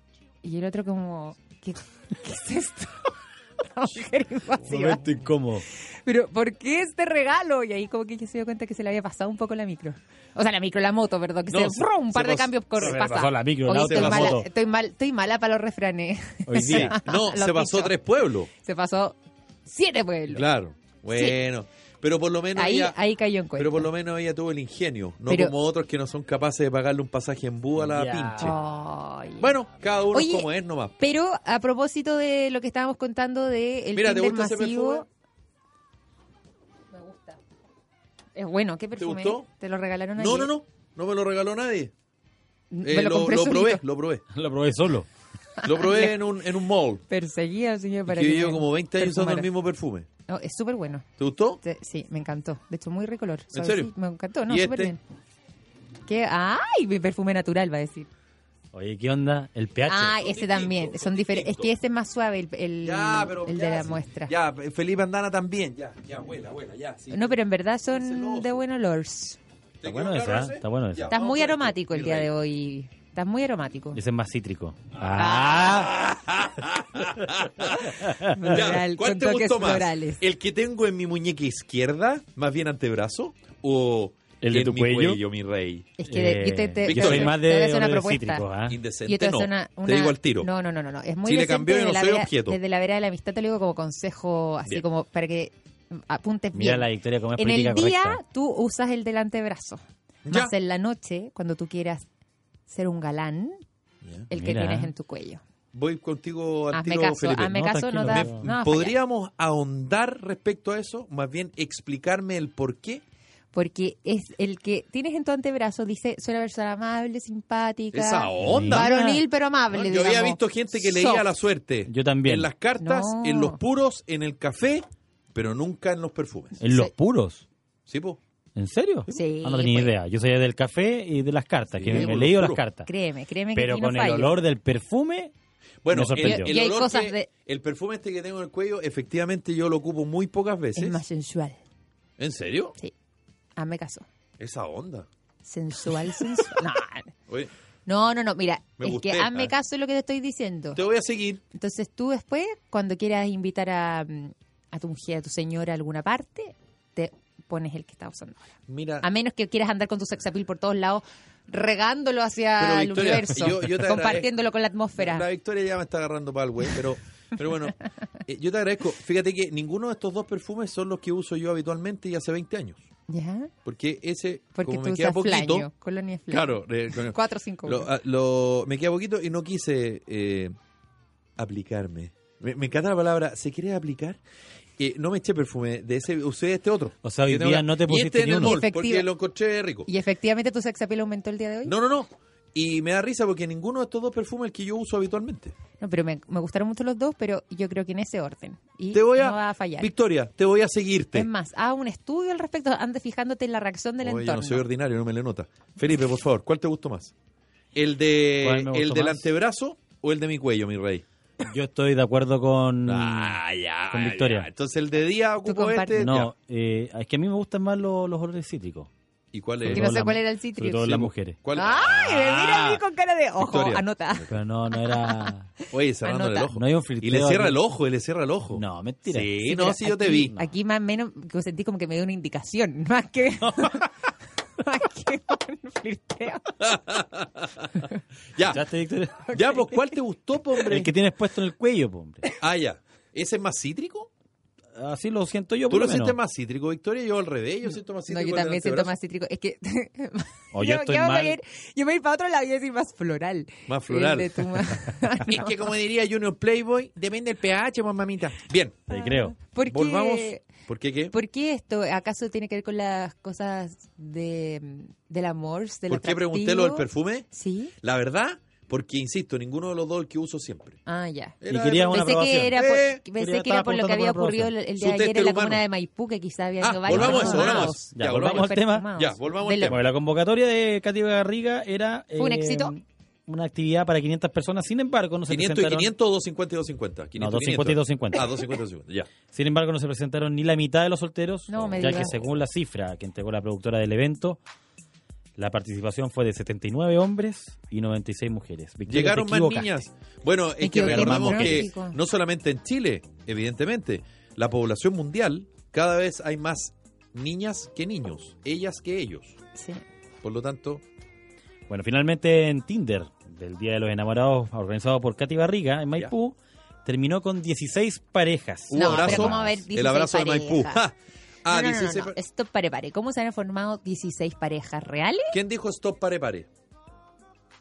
Speaker 1: Y el otro como, ¿qué, qué es esto? Una mujer
Speaker 3: Un
Speaker 1: invasiva.
Speaker 3: momento incómodo.
Speaker 1: Pero ¿por qué este regalo? Y ahí como que ella se dio cuenta que se le había pasado un poco la micro. O sea, la micro, la moto, perdón. Que
Speaker 2: No,
Speaker 1: se,
Speaker 2: se-
Speaker 1: ¡brum! un
Speaker 2: se
Speaker 1: par de
Speaker 2: pas-
Speaker 1: cambios
Speaker 3: se
Speaker 1: corre,
Speaker 3: me
Speaker 1: pasa.
Speaker 3: pasó la micro, la
Speaker 1: Oye,
Speaker 3: auto,
Speaker 1: estoy,
Speaker 2: la
Speaker 1: mala,
Speaker 3: moto.
Speaker 1: estoy, mal, estoy mala para los refranes.
Speaker 3: Hoy
Speaker 2: Sí.
Speaker 3: día.
Speaker 2: No,
Speaker 1: Los
Speaker 2: se pasó
Speaker 1: bichos.
Speaker 2: tres pueblos.
Speaker 1: Se pasó siete pueblos.
Speaker 2: Claro. Bueno, pero por lo menos
Speaker 1: ahí,
Speaker 2: ella,
Speaker 1: ahí cayó en cuenta.
Speaker 2: pero por lo menos ella tuvo el ingenio, no
Speaker 1: Pero-
Speaker 2: como otros que no son capaces de pagarle un pasaje en búho a la
Speaker 3: Ya.
Speaker 2: pinche.
Speaker 1: Ay.
Speaker 2: Bueno, cada uno
Speaker 1: Oh. Oye,
Speaker 2: como es nomás.
Speaker 1: Pero a propósito de lo que estábamos contando de el
Speaker 2: Mira, ¿te
Speaker 1: Tinder
Speaker 2: gusta ese
Speaker 1: masivo.
Speaker 2: perfume?
Speaker 1: Me gusta. Es bueno, ¿qué perfume? ¿eh?
Speaker 2: gustó?
Speaker 1: ¿Te lo regalaron
Speaker 2: No,
Speaker 1: ayer?
Speaker 2: no, no, no me lo regaló nadie.
Speaker 1: Me
Speaker 2: Eh,
Speaker 1: lo,
Speaker 2: lo,
Speaker 1: compré
Speaker 2: lo
Speaker 1: solito.
Speaker 2: probé, lo probé.
Speaker 3: Lo probé solo.
Speaker 2: Lo probé en un, en un mall.
Speaker 1: Perseguía, señor, para
Speaker 2: que yo
Speaker 1: que
Speaker 2: llevo
Speaker 1: me
Speaker 2: como 20 años usando el
Speaker 1: perfumara.
Speaker 2: mismo perfume.
Speaker 1: No, es súper bueno.
Speaker 2: ¿Te gustó?
Speaker 1: Te- Sí, me encantó. De hecho, muy ricolor. ¿En
Speaker 2: serio?
Speaker 1: me encantó, ¿no?
Speaker 2: ¿Y
Speaker 1: Súper
Speaker 2: este?
Speaker 1: bien. ¿Qué? ¡Ay! Mi perfume natural, va a decir.
Speaker 3: Oye, ¿qué onda? El pH.
Speaker 1: Ah, ese también. Son diferentes. Es que ese es más suave, el, el- el de
Speaker 2: ya,
Speaker 1: la
Speaker 2: sí.
Speaker 1: muestra.
Speaker 2: Ya, Felipe Andana también. Ya, ya, abuela, abuela, ya. sí.
Speaker 1: No, pero en verdad
Speaker 2: Es
Speaker 1: son
Speaker 2: celoso.
Speaker 1: de buen olores.
Speaker 3: Está bueno ese, ¿ah? Está bueno ese.
Speaker 1: Estás muy aromático el día de hoy. Estás muy aromático.
Speaker 3: Ese es más cítrico. Ah.
Speaker 1: Floral,
Speaker 2: ¿Cuál
Speaker 1: con
Speaker 2: te
Speaker 1: toques
Speaker 2: gustó más?
Speaker 1: florales.
Speaker 2: ¿El que tengo en mi muñeca izquierda, más bien antebrazo? ¿O
Speaker 3: ¿El de
Speaker 2: en
Speaker 3: tu
Speaker 2: mi
Speaker 3: cuello?
Speaker 2: mi rey?
Speaker 1: Es que de- yo te, te-
Speaker 3: Eh, yo
Speaker 2: Victoria.
Speaker 3: soy más
Speaker 1: te voy a
Speaker 3: de
Speaker 1: hacer una
Speaker 3: olores
Speaker 1: propuesta.
Speaker 3: cítricos, ¿ah?
Speaker 2: Indecente,
Speaker 1: Yo te,
Speaker 2: no.
Speaker 1: voy a hacer una-
Speaker 2: Te
Speaker 1: una-
Speaker 2: digo al tiro.
Speaker 1: No, no, no, no, no. Es muy
Speaker 2: Si le
Speaker 1: decente
Speaker 2: cambió, yo no
Speaker 1: desde la
Speaker 2: soy
Speaker 1: vera-
Speaker 2: objeto.
Speaker 1: Desde la vereda de la amistad te lo digo como consejo, así
Speaker 2: Bien.
Speaker 1: como para que apuntes bien.
Speaker 3: Mira la victoria como es
Speaker 1: en
Speaker 3: política
Speaker 1: el día
Speaker 3: correcta.
Speaker 1: tú usas el del antebrazo.
Speaker 2: Ya.
Speaker 1: Más en la noche, cuando tú quieras ser un galán,
Speaker 2: ¿eh?
Speaker 1: el que
Speaker 3: Mira.
Speaker 1: tienes en tu cuello.
Speaker 2: Voy contigo al
Speaker 1: Hazme
Speaker 2: tiro,
Speaker 1: Ah, caso,
Speaker 2: Felipe.
Speaker 1: hazme
Speaker 3: No,
Speaker 1: caso, no da.
Speaker 3: tranquilo.
Speaker 1: No, va a fallar.
Speaker 2: ¿Podríamos ahondar respecto a eso? Más bien explicarme el por qué.
Speaker 1: Porque es el que tienes en tu antebrazo, dice, soy una persona amable, simpática.
Speaker 2: Esa onda.
Speaker 1: Varonil, pero amable.
Speaker 2: ¿no? Yo
Speaker 1: digamos.
Speaker 2: había visto gente que leía
Speaker 1: Soft.
Speaker 2: la suerte.
Speaker 3: Yo también.
Speaker 2: En las cartas,
Speaker 1: No.
Speaker 2: en los puros, en el café, pero nunca en los perfumes.
Speaker 3: En los
Speaker 1: Sí.
Speaker 3: puros.
Speaker 2: ¿Sí, po?
Speaker 3: ¿En serio?
Speaker 1: Sí,
Speaker 3: Ah, no tenía
Speaker 1: pues.
Speaker 3: idea. Yo sabía del café y de las cartas,
Speaker 2: Sí,
Speaker 3: que me- me
Speaker 2: por
Speaker 3: he
Speaker 2: los
Speaker 3: leído las
Speaker 2: puros.
Speaker 3: cartas.
Speaker 1: Créeme, créeme que
Speaker 3: Pero
Speaker 1: aquí no
Speaker 3: con el
Speaker 1: fallo.
Speaker 3: olor del perfume,
Speaker 2: Bueno,
Speaker 3: Me
Speaker 2: el,
Speaker 3: sorprendió.
Speaker 2: el
Speaker 1: Y hay
Speaker 2: olor
Speaker 1: cosas
Speaker 2: que-
Speaker 1: de-
Speaker 2: el perfume este que tengo en el cuello, efectivamente yo lo ocupo muy pocas veces.
Speaker 1: es más sensual.
Speaker 2: ¿En serio?
Speaker 1: Sí. Hazme caso.
Speaker 2: Esa onda.
Speaker 1: Sensual, sensual. No.
Speaker 2: Oye,
Speaker 1: No, no, no, mira,
Speaker 2: Me
Speaker 1: es
Speaker 2: gusté,
Speaker 1: que hazme
Speaker 2: ¿eh?
Speaker 1: caso de lo que te estoy diciendo.
Speaker 2: te voy a seguir.
Speaker 1: Entonces tú después, cuando quieras invitar a, mm, a tu mujer, a tu señora a alguna parte, te pones el que está usando. ahora.
Speaker 2: Mira,
Speaker 1: A menos que quieras andar con tu sex appeal por todos lados, regándolo hacia
Speaker 2: Pero,
Speaker 1: el
Speaker 2: Victoria,
Speaker 1: universo,
Speaker 2: yo- yo te
Speaker 1: compartiéndolo con la
Speaker 2: La
Speaker 1: atmósfera.
Speaker 2: victoria ya me está agarrando para el güey, pero, pero bueno, eh, yo te agradezco. Fíjate que ninguno de estos dos perfumes son los que uso yo habitualmente y hace 20 años.
Speaker 1: ¿Ya?
Speaker 2: Porque ese,
Speaker 1: Porque
Speaker 2: como
Speaker 1: tú
Speaker 2: me queda
Speaker 1: usas
Speaker 2: poquito,
Speaker 1: flaño, colonia flaño.
Speaker 2: claro, eh, con-
Speaker 1: Cuatro, cinco,
Speaker 2: lo- ah.
Speaker 1: uno.
Speaker 2: a- lo- me queda poquito y no quise eh, aplicarme. Me, me encanta la palabra, ¿se quiere aplicar? Eh, no me eché perfume, de ese usé este otro.
Speaker 3: O sea, hoy
Speaker 2: Que tengo
Speaker 3: día
Speaker 2: acá.
Speaker 3: no te
Speaker 2: Y
Speaker 3: pusiste
Speaker 2: este en
Speaker 3: ni
Speaker 2: el
Speaker 3: uno.
Speaker 2: mall,
Speaker 1: Efectiva.
Speaker 2: porque lo encontré rico.
Speaker 1: ¿Y efectivamente tu sex appeal aumentó el día de hoy?
Speaker 2: No, no, no. Y me da risa porque ninguno de estos dos perfumes es el que yo uso habitualmente.
Speaker 1: No, pero me, me gustaron mucho los dos, pero yo creo que en ese orden. Y
Speaker 2: Te voy a,
Speaker 1: no va a fallar.
Speaker 2: Victoria, te voy a seguirte.
Speaker 1: Es más, haz un estudio al respecto, ande fijándote en la reacción del
Speaker 2: Oye, yo
Speaker 1: entorno.
Speaker 2: no soy ordinario, no me le nota. Felipe, por favor, ¿cuál te gustó más? ¿El de
Speaker 3: ¿Cuál me gustó
Speaker 2: el del
Speaker 3: más?
Speaker 2: antebrazo o el de mi cuello, mi rey?
Speaker 3: yo estoy de acuerdo con...
Speaker 2: Ah, ya,
Speaker 3: Mm. Con
Speaker 2: ya,
Speaker 3: Victoria.
Speaker 2: ya. Entonces el de día ocupo
Speaker 1: compartes.
Speaker 2: este.
Speaker 3: No,
Speaker 2: ya.
Speaker 3: eh, es que a mí me gustan más los, los olores cítricos.
Speaker 2: ¿Y cuál
Speaker 3: Sobre
Speaker 2: es?
Speaker 1: Que
Speaker 3: todo
Speaker 1: no sé
Speaker 3: las-
Speaker 1: cuál era el
Speaker 3: sobre
Speaker 1: cítrico.
Speaker 3: todo
Speaker 2: Sí,
Speaker 3: las
Speaker 2: po.
Speaker 3: mujeres.
Speaker 2: ¿Cuál?
Speaker 1: ¡Ay! Me mira a mí
Speaker 2: Ah.
Speaker 1: con cara de ojo,
Speaker 2: Victoria.
Speaker 1: anota.
Speaker 3: Pero no, no era...
Speaker 2: Oye, cerrando el
Speaker 1: Anota.
Speaker 2: ojo.
Speaker 3: No hay un
Speaker 2: y
Speaker 3: flirteo
Speaker 2: le cierra
Speaker 3: aquí.
Speaker 2: el ojo, y le cierra el ojo.
Speaker 3: No, mentira.
Speaker 2: Sí,
Speaker 1: Sí,
Speaker 2: no,
Speaker 1: pero
Speaker 2: sí, yo te
Speaker 1: aquí-
Speaker 2: vi.
Speaker 1: Aquí más o menos que sentí como que me dio una indicación, más que, más que un flirteo.
Speaker 2: Ya,
Speaker 3: ¿Cachaste, Victoria?
Speaker 2: ya, pues, ¿cuál te gustó, po, hombre?
Speaker 3: El que tienes puesto en el cuello, po, hombre.
Speaker 2: Ah, ya. ¿Ese es más cítrico?
Speaker 3: Así lo siento yo,
Speaker 2: ¿Tú
Speaker 3: por
Speaker 2: lo
Speaker 3: menos.
Speaker 2: sientes más cítrico, Victoria? Yo al revés, yo siento más
Speaker 1: No,
Speaker 2: cítrico.
Speaker 1: yo
Speaker 2: el del
Speaker 1: también siento
Speaker 2: antebrazo.
Speaker 1: más cítrico. Es que
Speaker 3: O yo
Speaker 1: yo,
Speaker 3: estoy
Speaker 1: yo me voy a
Speaker 3: mal.
Speaker 1: ir, yo me voy a ir para otro lado y voy a decir más floral.
Speaker 2: Más floral.
Speaker 1: El de tu ma-
Speaker 2: Es que como diría Junior Playboy, depende del pH, pues mamita. Bien,
Speaker 3: Te creo.
Speaker 1: Porque-
Speaker 2: volvamos. ¿Por qué qué?
Speaker 1: ¿Por qué esto? ¿Acaso tiene que ver con las cosas de, del amor? Del
Speaker 2: ¿Por qué
Speaker 1: atractivo?
Speaker 2: pregunté lo del perfume?
Speaker 1: Sí.
Speaker 2: La verdad, porque insisto, ninguno de los dos el que uso siempre.
Speaker 1: Ah, ya.
Speaker 2: Era-
Speaker 3: Y quería una
Speaker 1: Pensé
Speaker 3: aprobación.
Speaker 1: que era por,
Speaker 2: Eh,
Speaker 1: pensé
Speaker 3: quería-
Speaker 1: que era
Speaker 3: estaba
Speaker 1: por lo que
Speaker 3: apuntando
Speaker 1: había
Speaker 3: por una
Speaker 1: ocurrido el, el día
Speaker 2: Su
Speaker 1: de ayer
Speaker 2: tester
Speaker 1: en la
Speaker 2: humano.
Speaker 1: comuna de Maipú, que quizá había
Speaker 2: Ah,
Speaker 1: habido varios
Speaker 2: volvamos a eso,
Speaker 1: perfumados.
Speaker 2: volvamos.
Speaker 3: Ya, volvamos al tema.
Speaker 1: Perfumados.
Speaker 2: Ya, volvamos al
Speaker 1: Del-
Speaker 2: tema.
Speaker 3: Bueno, la convocatoria de Katy Garriga era... eh,
Speaker 1: Fue un éxito.
Speaker 3: Una actividad para 500 personas, sin embargo, no se
Speaker 2: 500 y
Speaker 3: presentaron...
Speaker 2: 500 o 250 y 250. 500
Speaker 3: 250 y 250.
Speaker 2: Ah, 250 y 250, ya.
Speaker 3: Sin embargo, no se presentaron ni la mitad de los solteros,
Speaker 1: No, me
Speaker 3: ya
Speaker 1: digas.
Speaker 3: que según la cifra que entregó la productora del evento, la participación fue de 79 hombres y 96 mujeres. Victoria,
Speaker 2: Llegaron
Speaker 3: te
Speaker 2: más
Speaker 3: equivocaste.
Speaker 2: niñas. Bueno, es que
Speaker 1: equivoqué,
Speaker 2: recordemos
Speaker 3: más
Speaker 2: que
Speaker 1: mujeres.
Speaker 2: no solamente en Chile, evidentemente, la población mundial, cada vez hay más niñas que niños, ellas que ellos.
Speaker 1: Sí.
Speaker 2: Por lo tanto,
Speaker 3: Bueno, finalmente en Tinder, del Día de los Enamorados, organizado por Katy Barriga en Maipú, terminó con 16 parejas.
Speaker 2: un
Speaker 1: No, pero
Speaker 2: abrazo.
Speaker 1: ¿cómo va a haber 16
Speaker 2: el abrazo de Maipú.
Speaker 1: parejas?
Speaker 2: Ja. Ah,
Speaker 1: no, no, no,
Speaker 2: 16
Speaker 1: no,
Speaker 2: pa-
Speaker 1: Esto pare, pare. ¿Cómo se han formado 16 parejas reales?
Speaker 2: ¿Quién dijo stop pare pare?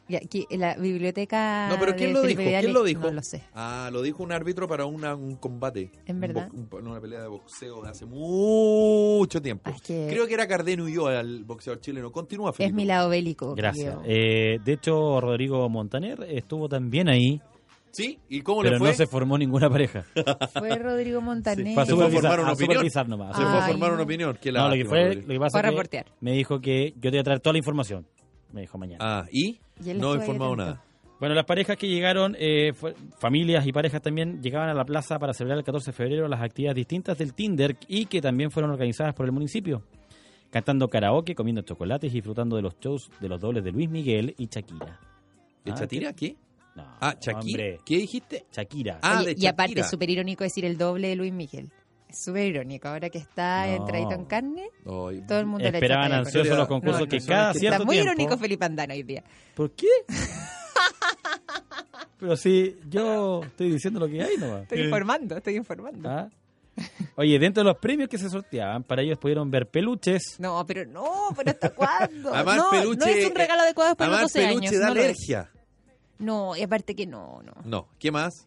Speaker 1: Y aquí, en la biblioteca.
Speaker 2: No, pero ¿quién
Speaker 1: de
Speaker 2: lo
Speaker 1: Felipe
Speaker 2: dijo? ¿Quién
Speaker 1: Vidal,
Speaker 2: lo dijo?
Speaker 1: No lo sé.
Speaker 2: Ah, lo dijo un árbitro para una- un combate.
Speaker 1: ¿En
Speaker 2: Un
Speaker 1: verdad?
Speaker 2: bo- un- una pelea de boxeo de hace mucho tiempo.
Speaker 1: Ah, es que-
Speaker 2: Creo que era Cardenio y yo, el boxeador chileno. Continúa, Felipe.
Speaker 1: Es mi lado bélico.
Speaker 3: Gracias.
Speaker 1: Diego.
Speaker 3: Eh, de hecho, Rodrigo Montaner estuvo también ahí,
Speaker 2: ¿Sí? ¿Y cómo le
Speaker 3: pero
Speaker 2: fue?
Speaker 3: no se formó ninguna pareja.
Speaker 1: Fue Rodrigo Montaner.
Speaker 3: Fue a
Speaker 2: Se fue a formar
Speaker 3: supervisar,
Speaker 2: una
Speaker 3: a
Speaker 2: opinión.
Speaker 3: supervisar nomás.
Speaker 2: Se fue a
Speaker 1: Ay,
Speaker 2: formar
Speaker 1: no.
Speaker 2: una opinión. Qué
Speaker 3: No, lo que
Speaker 2: lástima,
Speaker 3: fue,
Speaker 2: Rodrigo.
Speaker 3: lo que pasa
Speaker 1: Fue a
Speaker 3: que
Speaker 1: reportear.
Speaker 3: me dijo que yo te voy a traer toda la información. Me dijo mañana.
Speaker 2: Ah, ¿y?
Speaker 1: Y él estuvo
Speaker 2: No he
Speaker 1: ahí
Speaker 2: informado
Speaker 1: atento.
Speaker 2: nada.
Speaker 3: Bueno, las parejas que llegaron, eh, fue- familias y parejas también, llegaban a la plaza para celebrar el 14 de febrero las actividades distintas del Tinder y que también fueron organizadas por el municipio. Cantando karaoke, comiendo chocolates y disfrutando de los shows de los dobles de Luis Miguel y Shakira.
Speaker 2: ¿De
Speaker 3: Ah,
Speaker 2: Chatira? ¿Qué?
Speaker 3: No,
Speaker 2: Ah, Shakira.
Speaker 3: hombre,
Speaker 2: ¿Qué dijiste?
Speaker 3: Shakira.
Speaker 2: Ah,
Speaker 1: Oye,
Speaker 2: de
Speaker 1: y aparte,
Speaker 2: Shakira.
Speaker 1: es súper irónico decir el doble de Luis Miguel. Es súper irónico. Ahora que está
Speaker 3: No.
Speaker 1: entradito en carne,
Speaker 2: Ay,
Speaker 1: todo el mundo
Speaker 3: Esperaban
Speaker 1: le echa talla.
Speaker 3: ansiosos
Speaker 2: Victoria,
Speaker 3: los concursos
Speaker 1: no,
Speaker 3: que
Speaker 2: no,
Speaker 3: cada
Speaker 2: no,
Speaker 3: cierto
Speaker 1: Está muy
Speaker 3: tiempo...
Speaker 1: irónico Felipe Andano hoy día.
Speaker 3: ¿Por qué? Pero si yo estoy diciendo lo que hay nomás.
Speaker 1: Estoy informando, estoy informando.
Speaker 3: ¿Ah? Oye, dentro de los premios que se sorteaban, para ellos pudieron ver peluches,
Speaker 1: No, pero no, pero ¿hasta cuándo?
Speaker 2: Además,
Speaker 1: no,
Speaker 2: peluche,
Speaker 1: no es un regalo adecuado para los
Speaker 2: Además,
Speaker 1: 12
Speaker 2: peluche
Speaker 1: años.
Speaker 2: da
Speaker 1: no lo es.
Speaker 2: alergia.
Speaker 1: No, y aparte que no, no.
Speaker 2: No. ¿Qué más?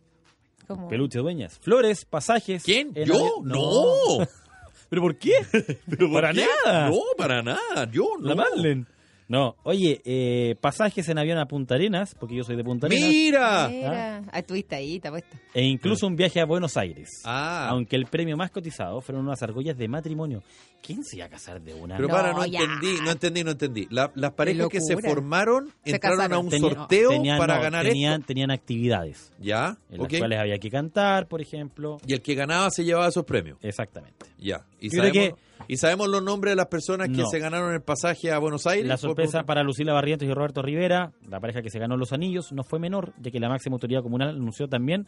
Speaker 1: Como-
Speaker 3: Peluche Dueñas. Flores, pasajes.
Speaker 2: ¿Quién?
Speaker 3: en avión.
Speaker 2: ¿Yo? No.
Speaker 3: ¿Pero por qué?
Speaker 2: ¿Pero por
Speaker 3: Para
Speaker 2: qué?
Speaker 3: nada.
Speaker 2: No, para nada. Yo no.
Speaker 3: La Madeleine. No, oye, eh, pasajes en avión a Punta Arenas, porque yo soy de Punta Arenas,
Speaker 2: Mira.
Speaker 1: Mira. Ah, estuviste ahí, está puesto.
Speaker 3: e incluso un viaje a Buenos Aires.
Speaker 2: Ah.
Speaker 3: Aunque el premio más cotizado fueron unas argollas de matrimonio. ¿Quién se iba a casar de una?
Speaker 2: Pero
Speaker 1: No,
Speaker 2: para, no
Speaker 1: ya.
Speaker 2: entendí, no entendí, no entendí. La- las parejas que se
Speaker 1: locura.
Speaker 2: formaron
Speaker 1: Se
Speaker 2: entraron a
Speaker 1: casaron.
Speaker 2: un
Speaker 3: Tenía-
Speaker 2: sorteo
Speaker 3: tenían-
Speaker 2: para
Speaker 3: no,
Speaker 2: ganar
Speaker 3: tenían,
Speaker 2: esto.
Speaker 3: tenían actividades
Speaker 2: Ya,
Speaker 3: en
Speaker 2: ok.
Speaker 3: las cuales había que cantar, por ejemplo.
Speaker 2: Y el que ganaba se llevaba esos premios.
Speaker 3: Exactamente.
Speaker 2: Ya. ¿Y
Speaker 3: Yo creo
Speaker 2: sabemos, ¿y sabemos los nombres de las personas que
Speaker 3: No.
Speaker 2: se ganaron el pasaje a Buenos Aires? pues,
Speaker 3: La
Speaker 2: Por-
Speaker 3: sorpresa para Lucila Barrientos y Roberto Rivera, la pareja que se ganó los anillos, no fue menor, ya que la máxima autoridad comunal anunció también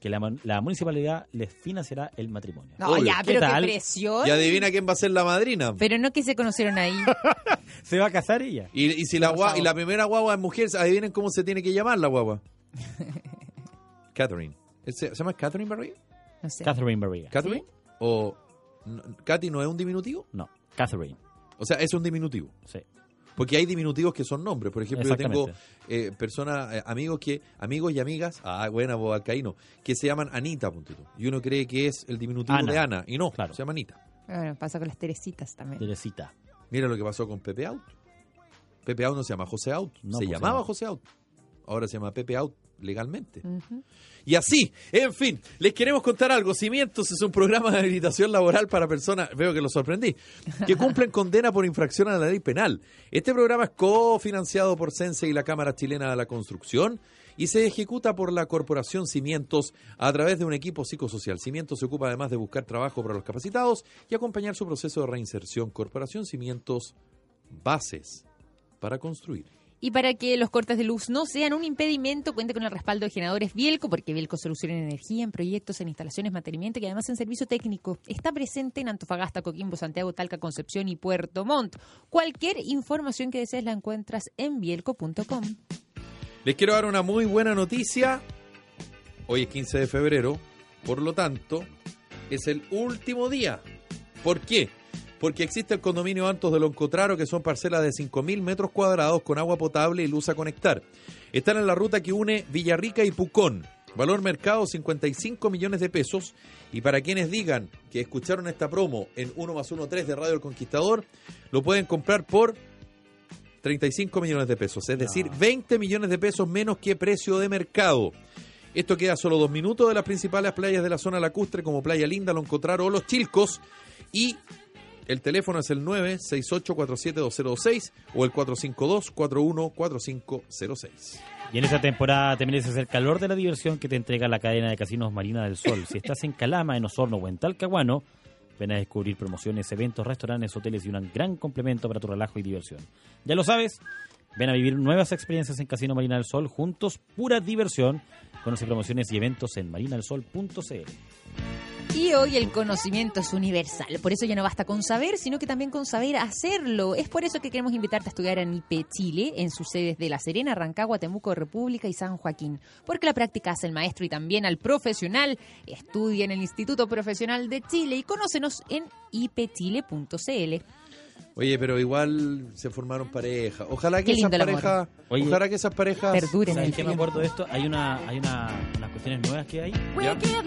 Speaker 3: que la, mon- la municipalidad les financiará el matrimonio.
Speaker 1: No,
Speaker 2: Obvio.
Speaker 1: ya,
Speaker 3: ¿Qué
Speaker 1: pero qué,
Speaker 3: tal?
Speaker 1: presión.
Speaker 2: Y adivina quién va a ser la madrina.
Speaker 1: Pero no que se conocieron ahí.
Speaker 3: ¿Se va a casar ella?
Speaker 2: Y, y si la guagua, y la primera guagua es mujer, adivinen cómo se tiene que llamar la guagua. Catherine. ¿Se, se llama Catherine Barriga?
Speaker 1: No sé.
Speaker 3: Catherine Barriga.
Speaker 2: ¿Catherine? ¿O no, Katy no es un diminutivo?
Speaker 3: no, Catherine.
Speaker 2: O sea, es un diminutivo.
Speaker 3: Sí.
Speaker 2: Porque hay diminutivos que son nombres. Por ejemplo, yo tengo
Speaker 3: Exactamente.
Speaker 2: eh, personas, eh, amigos que amigos y amigas, ah, buena, vos alcaíno, que se llaman Anita, punto tú. Y uno cree que es el diminutivo
Speaker 3: Ana.
Speaker 2: de Ana. Y no,
Speaker 3: Claro.
Speaker 2: se llama Anita.
Speaker 1: Bueno, pasa con las Teresitas también.
Speaker 3: Teresita.
Speaker 2: Mira lo que pasó con Pepe Out. Pepe Out no se llama José Out.
Speaker 3: No,
Speaker 2: se
Speaker 3: pues,
Speaker 2: llamaba
Speaker 3: no.
Speaker 2: José Out. Ahora se llama Pepe Out legalmente.
Speaker 1: Ujú.
Speaker 2: Y así, en fin, les queremos contar algo. Cimientos es un programa de habilitación laboral para personas, veo que lo sorprendí, que cumplen condena por infracción a la ley penal. Este programa es cofinanciado por Sense y la Cámara Chilena de la Construcción y se ejecuta por la Corporación Cimientos a través de un equipo psicosocial. Cimientos se ocupa además de buscar trabajo para los capacitados y acompañar su proceso de reinserción. Corporación Cimientos, bases para construir.
Speaker 1: Y para que los cortes de luz no sean un impedimento, cuente con el respaldo de generadores Bielco, porque Bielco soluciona en energía en proyectos, en instalaciones, mantenimiento y además en servicio técnico. Está presente en Antofagasta, Coquimbo, Santiago, Talca, Concepción y Puerto Montt. Cualquier información que desees la encuentras en bielco.com.
Speaker 2: Les quiero dar una muy buena noticia. Hoy es 15 de febrero, por lo tanto, es el último día. ¿Por qué? Porque existe el condominio Antos de Loncotraro, que son parcelas de 5.000 metros cuadrados con agua potable y luz a conectar. Están en la ruta que une Villarrica y Pucón. Valor mercado 55 millones de pesos. Y para quienes digan que escucharon esta promo en 1 más 1 3 de Radio El Conquistador, lo pueden comprar por 35 millones de pesos. Es decir, 20 millones de pesos menos que precio de mercado. Esto queda a solo dos minutos de las principales playas de la zona lacustre como Playa Linda, Loncotraro o Los Chilcos. Y el teléfono es el 968-472026 o el 452-414506.
Speaker 3: Y en esta temporada te mereces el calor de la diversión que te entrega la cadena de casinos Marina del Sol. Si estás en Calama, en Osorno o en Talcahuano, ven a descubrir promociones, eventos, restaurantes, hoteles y un gran complemento para tu relajo y diversión. Ya lo sabes, ven a vivir nuevas experiencias en Casino Marina del Sol, juntos, pura diversión. Conoce promociones y eventos en marinalsol.cl.
Speaker 1: Y hoy el conocimiento es universal, por eso ya no basta con saber, sino que también con saber hacerlo. Es por eso que queremos invitarte a estudiar en IPE Chile, en sus sedes de La Serena, Rancagua, Temuco, República y San Joaquín, porque la práctica hace el maestro y también al profesional. Estudia en el Instituto Profesional de Chile y conócenos en ipchile.cl.
Speaker 2: Oye, pero igual se formaron parejas. Ojalá que
Speaker 1: Qué
Speaker 2: esas
Speaker 1: lindo el amor.
Speaker 2: parejas,
Speaker 3: Oye.
Speaker 2: ojalá que esas parejas
Speaker 1: Perduren
Speaker 3: ¿Sabes
Speaker 1: el
Speaker 3: qué me
Speaker 1: tiempo.
Speaker 3: acuerdo de esto? Hay, una, hay una, unas cuestiones nuevas que hay.
Speaker 2: ¿ya?
Speaker 3: que son-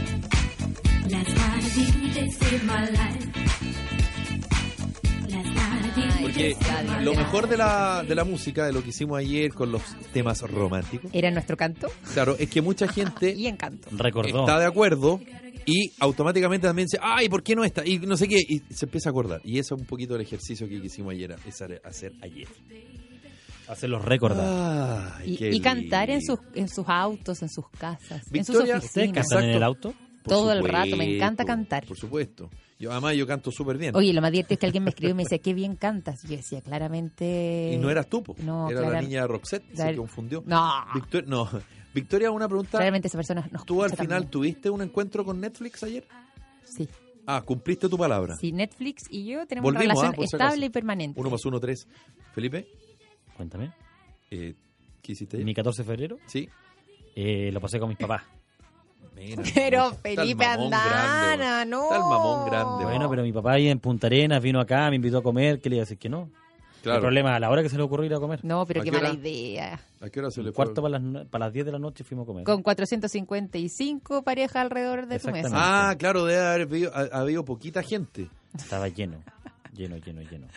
Speaker 4: Last night a DJ saved my life. Last night a DJ
Speaker 2: Porque
Speaker 4: saved my
Speaker 2: lo
Speaker 4: life.
Speaker 2: mejor de la, de la música, de lo que hicimos ayer con los temas románticos,
Speaker 1: Era nuestro canto
Speaker 2: claro, es que mucha gente
Speaker 1: y encanto.
Speaker 3: Recordó.
Speaker 2: está de acuerdo y automáticamente también dice, ay, ¿por qué no está? Y no sé qué, y se empieza a acordar. Y eso es un poquito el ejercicio que quisimos ayer, es a- hacer ayer.
Speaker 3: Hacerlos recordar.
Speaker 2: Ay,
Speaker 1: Y,
Speaker 2: qué
Speaker 1: y cantar en
Speaker 2: lindo.
Speaker 1: sus, en sus autos, en sus casas,
Speaker 2: Victoria,
Speaker 1: en sus
Speaker 3: ¿Ustedes
Speaker 1: oficinas.
Speaker 3: cantan en el auto?
Speaker 2: Por
Speaker 1: todo el rato, me encanta cantar.
Speaker 2: Por supuesto. Yo, además, yo canto súper bien.
Speaker 1: Oye, lo más divertido es que alguien me escribió y me decía, qué bien cantas. Y yo decía, claramente...
Speaker 2: y no eras tú, po.
Speaker 1: no,
Speaker 2: era la
Speaker 1: claro.
Speaker 2: niña Roxette, se
Speaker 1: Claro.
Speaker 2: confundió.
Speaker 1: No,
Speaker 2: Victoria, no. Victoria, una pregunta.
Speaker 1: claramente esa persona nos
Speaker 2: ¿Tú al
Speaker 1: escucha
Speaker 2: final
Speaker 1: también.
Speaker 2: tuviste un encuentro con Netflix ayer?
Speaker 1: Sí,
Speaker 2: Ah, cumpliste tu palabra.
Speaker 1: sí, Netflix y yo tenemos
Speaker 2: Volvimos,
Speaker 1: una
Speaker 2: ah,
Speaker 1: relación
Speaker 2: por si acaso.
Speaker 1: estable y permanente.
Speaker 2: Uno más uno, tres. Felipe,
Speaker 3: Cuéntame.
Speaker 2: eh, ¿qué hiciste ayer?
Speaker 3: ¿Mi 14 de febrero?
Speaker 2: Sí.
Speaker 3: Eh, lo pasé con mis papás.
Speaker 2: Mira,
Speaker 1: Pero
Speaker 2: está el
Speaker 1: Felipe
Speaker 2: mamón
Speaker 1: Andana,
Speaker 2: grande, weón.
Speaker 1: no.
Speaker 2: Está el mamón grande.
Speaker 3: Bueno,
Speaker 2: weón.
Speaker 3: pero mi papá ahí en Punta Arenas vino acá, me invitó a comer, ¿qué le iba a decir que no? El
Speaker 2: Claro.
Speaker 3: problema, a la hora que se le ocurrió ir a comer.
Speaker 1: No, pero
Speaker 2: ¿A
Speaker 1: qué
Speaker 2: qué
Speaker 1: mala
Speaker 2: hora?
Speaker 1: idea.
Speaker 2: ¿A qué hora se le fue?
Speaker 3: Cuarto para las, nue- para las 10 de la noche fuimos a comer.
Speaker 1: Con 455 parejas alrededor de tu mesa.
Speaker 3: Exactamente.
Speaker 2: Ah, claro, debe haber habido, ha- ha habido poquita gente.
Speaker 3: Estaba lleno, lleno, lleno, lleno.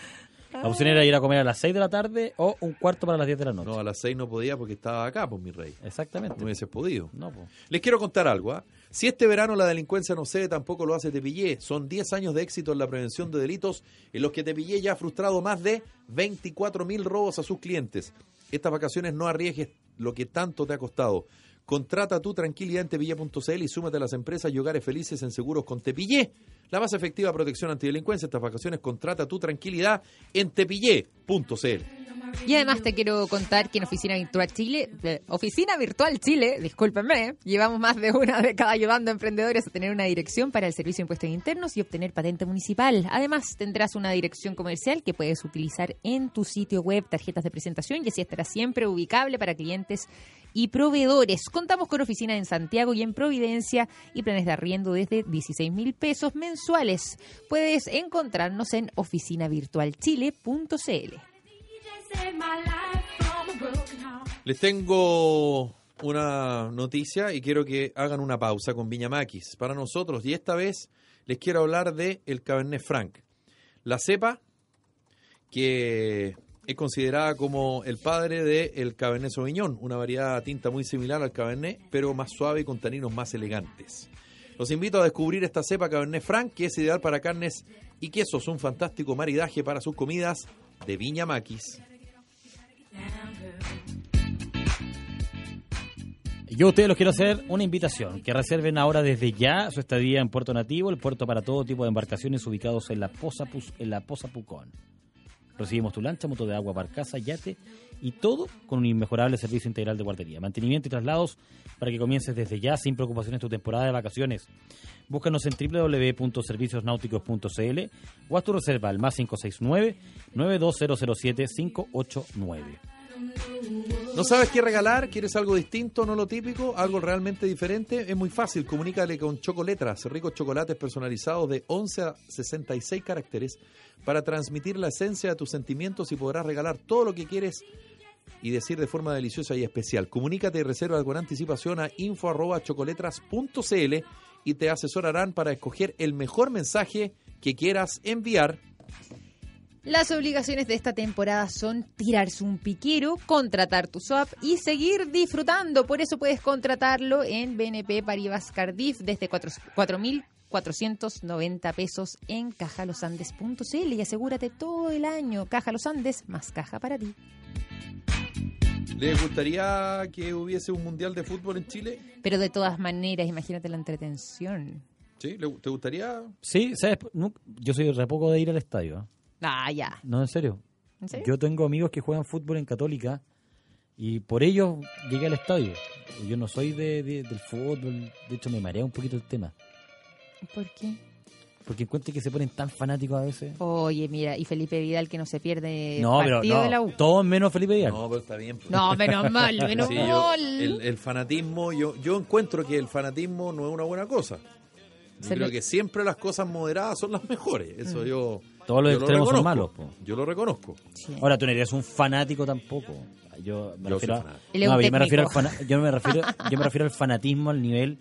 Speaker 3: La opción era ir a comer a las 6 de la tarde o un cuarto para las 10 de la noche.
Speaker 2: No, a las seis no podía porque estaba acá, pues mi rey.
Speaker 3: Exactamente.
Speaker 2: No hubieses podido.
Speaker 3: No, po.
Speaker 2: Les quiero contar algo. ¿ah? Si este verano la delincuencia no cede, tampoco lo hace Tepillé. Son 10 años de éxito en la prevención de delitos en los que Tepillé ya ha frustrado más de 24 mil robos a sus clientes. Estas vacaciones no arriesgues lo que tanto te ha costado. Contrata tu tranquilidad en tepillé.cl y súmate a las empresas y hogares felices en seguros con Tepillé. La más efectiva protección antidelincuencia. Estas vacaciones contrata tu tranquilidad en tepillé.cl.
Speaker 1: Y además te quiero contar que en Oficina Virtual Chile, eh, Oficina Virtual Chile, discúlpenme, llevamos más de una década ayudando a emprendedores a tener una dirección para el servicio de impuestos internos y obtener patente municipal. Además, tendrás una dirección comercial que puedes utilizar en tu sitio web, tarjetas de presentación y así estará siempre ubicable para clientes y proveedores. Contamos con oficinas en Santiago y en Providencia y planes de arriendo desde 16 mil pesos mensuales. Puedes encontrarnos en oficinavirtualchile.cl.
Speaker 4: Save my life from a broken heart.
Speaker 2: Les tengo una noticia y quiero que hagan una pausa con Viñamaquis para nosotros. Y esta vez les quiero hablar de el Cabernet Franc. La cepa que es considerada como el padre del Cabernet Sauvignon, una variedad de tinta muy similar al Cabernet, pero más suave y con taninos más elegantes. Los invito a descubrir esta cepa Cabernet Franc, que es ideal para carnes y quesos, un fantástico maridaje para sus comidas de Viña Maquis.
Speaker 3: Yo a ustedes los quiero hacer una invitación, que reserven ahora desde ya su estadía en Puerto Nativo, el puerto para todo tipo de embarcaciones ubicados en la Poza, Pus- en la Poza Pucón. Recibimos tu lancha, moto de agua, barcaza, yate y todo con un inmejorable servicio integral de guardería, mantenimiento y traslados para que comiences desde ya sin preocupaciones tu temporada de vacaciones. Búscanos en www.serviciosnáuticos.cl o haz tu reserva al más 569-92007-589.
Speaker 2: ¿No sabes qué regalar? ¿Quieres algo distinto, no lo típico? ¿Algo realmente diferente? Es muy fácil. Comunícale con Chocoletras, ricos chocolates personalizados de 11 a 66 caracteres para transmitir la esencia de tus sentimientos y podrás regalar todo lo que quieres y decir de forma deliciosa y especial. Comunícate y reserva con anticipación a info.chocoletras.cl y te asesorarán para escoger el mejor mensaje que quieras enviar.
Speaker 1: Las obligaciones de esta temporada son tirarse un piquero, contratar tu swap y seguir disfrutando. Por eso puedes contratarlo en BNP Paribas Cardiff desde 4.490 pesos en cajalosandes.cl y asegúrate todo el año. Caja Los Andes, más caja para ti.
Speaker 2: ¿Les gustaría que hubiese un mundial de fútbol en Chile?
Speaker 1: Pero de todas maneras, imagínate la entretención.
Speaker 2: ¿Sí? ¿Le- ¿Te gustaría?
Speaker 3: Sí, ¿sabes? Nunca- Yo soy re poco de ir al estadio. ¿eh?
Speaker 1: Ah, ya.
Speaker 3: No, en serio.
Speaker 1: ¿En serio?
Speaker 3: Yo tengo amigos que juegan fútbol en Católica y por ellos llegué al estadio. Yo no soy de, de- del fútbol, de hecho me marea un poquito el tema.
Speaker 1: ¿Por qué?
Speaker 3: Porque encuentro que se ponen tan fanáticos a veces.
Speaker 1: Oye, mira, y Felipe Vidal que no se pierde
Speaker 3: no,
Speaker 1: partido
Speaker 3: pero no,
Speaker 1: de la U.
Speaker 3: todos menos Felipe Díaz.
Speaker 2: No, pero está bien. pues.
Speaker 1: No, menos mal, menos
Speaker 2: Sí, yo-
Speaker 1: mal.
Speaker 2: el, el fanatismo, yo, yo encuentro que el fanatismo no es una buena cosa. Yo
Speaker 1: Se le-
Speaker 2: creo
Speaker 1: Mm.
Speaker 2: que siempre las cosas moderadas son las mejores. Eso yo.
Speaker 3: Todos los
Speaker 2: yo lo
Speaker 3: extremos son malos.
Speaker 2: reconozco.
Speaker 3: po.
Speaker 2: Yo lo reconozco.
Speaker 1: Sí.
Speaker 3: Ahora, tú no eres un fanático tampoco. Yo me
Speaker 2: Yo
Speaker 3: refiero,
Speaker 2: soy
Speaker 3: a-
Speaker 2: fanático.
Speaker 1: Él es
Speaker 3: No,
Speaker 1: un
Speaker 3: yo me refiero al
Speaker 1: técnico.
Speaker 3: fana- yo me refiero yo me refiero al fanatismo al nivel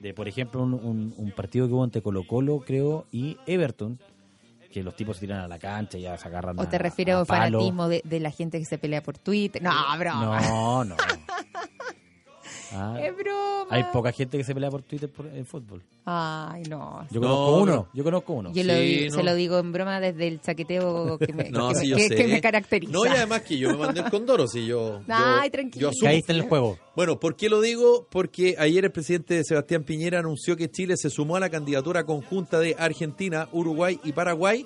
Speaker 3: de, por ejemplo, un, un- un partido que hubo entre Colo Colo, creo, y Everton, que los tipos se tiran a la cancha y ya se agarran
Speaker 1: ¿O
Speaker 3: a-
Speaker 1: te refieres
Speaker 3: a
Speaker 1: al
Speaker 3: palo.
Speaker 1: fanatismo de, de la gente que se pelea por Twitter? No, broma.
Speaker 3: No, no. Ah,
Speaker 1: Es broma.
Speaker 3: hay poca gente que se pelea por Twitter por el fútbol.
Speaker 1: Ay, no.
Speaker 3: Yo
Speaker 2: No,
Speaker 3: conozco
Speaker 2: no.
Speaker 3: uno, yo conozco uno.
Speaker 1: Yo lo
Speaker 2: Sí,
Speaker 1: di-
Speaker 2: no.
Speaker 1: se lo digo en broma desde el chaqueteo que me,
Speaker 2: No,
Speaker 1: que me-
Speaker 2: sí, yo
Speaker 1: que-
Speaker 2: sé.
Speaker 1: que me caracteriza.
Speaker 2: No, y además que yo me mandé el condoro. Si yo, yo-
Speaker 1: Ay, tranquilo.
Speaker 2: yo asumo.
Speaker 3: Caíste en el juego.
Speaker 2: Bueno, ¿por qué lo digo? Porque ayer el presidente Sebastián Piñera anunció que Chile se sumó a la candidatura conjunta de Argentina, Uruguay y Paraguay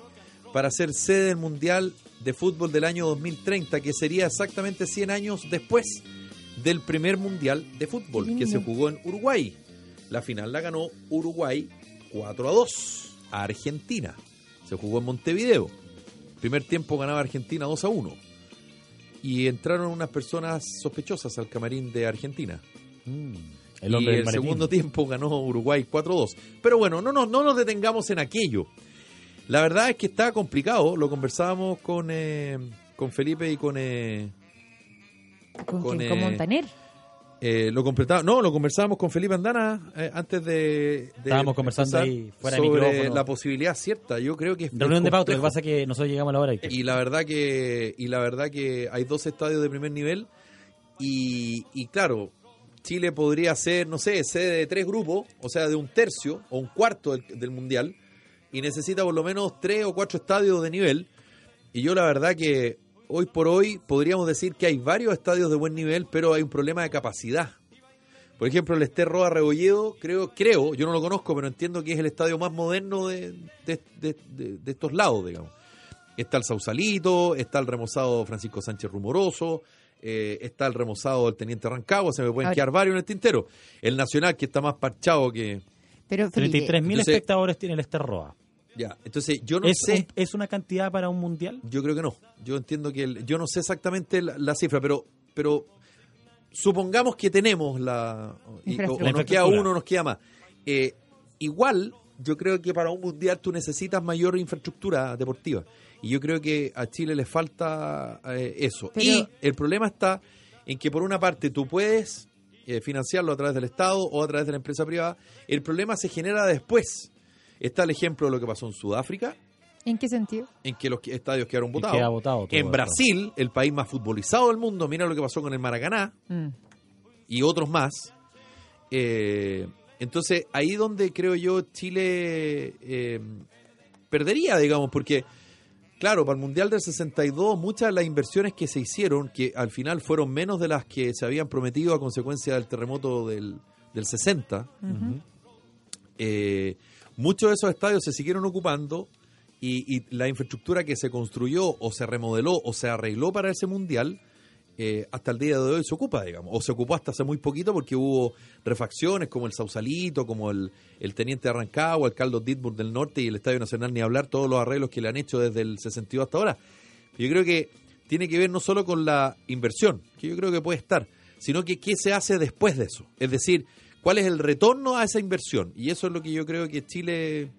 Speaker 2: para ser sede del Mundial de Fútbol del año 2030, que sería exactamente 100 años después del primer Mundial de Fútbol que se jugó en Uruguay. La final la ganó Uruguay 4 a 2 a Argentina. Se jugó en Montevideo. Primer tiempo ganaba Argentina 2 a 1 y entraron unas personas sospechosas al camarín de Argentina.
Speaker 3: Mm. El
Speaker 2: Y
Speaker 3: hombre
Speaker 2: el
Speaker 3: del maletín.
Speaker 2: segundo tiempo ganó Uruguay 4-2. Pero bueno, no, nos- no nos detengamos en aquello. La verdad es que está complicado. Lo conversábamos con, eh, con Felipe y con... eh,
Speaker 1: ¿Con,
Speaker 2: Con,
Speaker 1: quién? ¿Con
Speaker 2: eh,
Speaker 1: Montaner?
Speaker 2: eh, lo completaba- no, lo conversábamos con Felipe Andana eh, antes de, de
Speaker 3: Estábamos conversando
Speaker 2: empezar
Speaker 3: ahí, fuera de
Speaker 2: sobre
Speaker 3: micrófono.
Speaker 2: la posibilidad cierta. Yo creo que es
Speaker 3: Reunión de pauta, lo que
Speaker 2: complejo.
Speaker 3: pasa es que nosotros llegamos a la hora. Y...
Speaker 2: Y la verdad que y la verdad que hay dos estadios de primer nivel y, y claro, Chile podría ser, no sé, sede de tres grupos, o sea, de un tercio o un cuarto del, del mundial y necesita por lo menos tres o cuatro estadios de nivel. Y yo la verdad que hoy por hoy podríamos decir que hay varios estadios de buen nivel, pero hay un problema de capacidad. Por ejemplo, el Ester Roa Rebolledo, creo, creo, yo no lo conozco, pero entiendo que es el estadio más moderno de, de- de- de- de estos lados, digamos. Está el Sausalito, está el remozado Francisco Sánchez Rumoroso, eh, está el remozado del Teniente Rancagua, se me pueden
Speaker 1: Ahora-
Speaker 2: quedar varios en el tintero. El Nacional, que está más parchado que...
Speaker 1: Pero Felipe,
Speaker 3: 33.000
Speaker 2: Entonces-
Speaker 3: espectadores tiene el Ester Roa.
Speaker 2: Ya, entonces yo no
Speaker 3: ¿Es,
Speaker 2: sé...
Speaker 3: un- ¿Es una cantidad para un mundial?
Speaker 2: Yo creo que no. Yo entiendo que el- yo no sé exactamente la, la cifra, pero pero supongamos que tenemos la y- o, o
Speaker 1: Infraestructura.
Speaker 2: nos queda
Speaker 3: Infraestructura.
Speaker 2: uno, nos queda más. Eh, igual, yo creo que para un mundial tú necesitas mayor infraestructura deportiva y yo creo que a Chile le falta eh, eso.
Speaker 1: Pero-
Speaker 2: y el problema está en que por una parte tú puedes eh, financiarlo a través del Estado o a través de la empresa privada. El problema se genera después. Está el ejemplo de lo que pasó en Sudáfrica,
Speaker 1: ¿en qué sentido?
Speaker 2: en que los que- estadios quedaron
Speaker 3: Y
Speaker 2: votados.
Speaker 3: queda votado todo
Speaker 2: En
Speaker 3: eso.
Speaker 2: Brasil, el país más futbolizado del mundo, mira lo que pasó con el Maracaná
Speaker 1: Mm.
Speaker 2: y otros más. Eh, entonces, ahí donde creo yo Chile eh, perdería, digamos, porque, claro, para el Mundial del 62, muchas de las inversiones que se hicieron, que al final fueron menos de las que se habían prometido a consecuencia del terremoto del, del 60,
Speaker 1: Ujú.
Speaker 2: eh, muchos de esos estadios se siguieron ocupando y, y la infraestructura que se construyó o se remodeló o se arregló para ese mundial eh, hasta el día de hoy se ocupa, digamos, o se ocupó hasta hace muy poquito porque hubo refacciones como el Sausalito, como el, el Teniente Arrancagua, el Caldo Ditburg del Norte y el Estadio Nacional, ni hablar todos los arreglos que le han hecho desde el 62 hasta ahora. Yo creo que tiene que ver no solo con la inversión, que yo creo que puede estar, sino que qué se hace después de eso. Es decir, cuál es el retorno a esa inversión. Y eso es lo que yo creo que Chile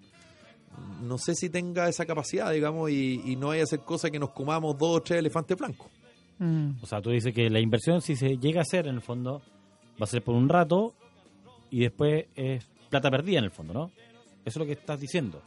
Speaker 2: no sé si tenga esa capacidad, digamos, y, y no vaya a hacer cosa que nos comamos dos o tres elefantes blancos.
Speaker 1: Mm.
Speaker 3: O sea, tú dices que la inversión, si se llega a hacer en el fondo, va a ser por un rato y después es plata perdida en el fondo, ¿no? Eso es lo que estás diciendo.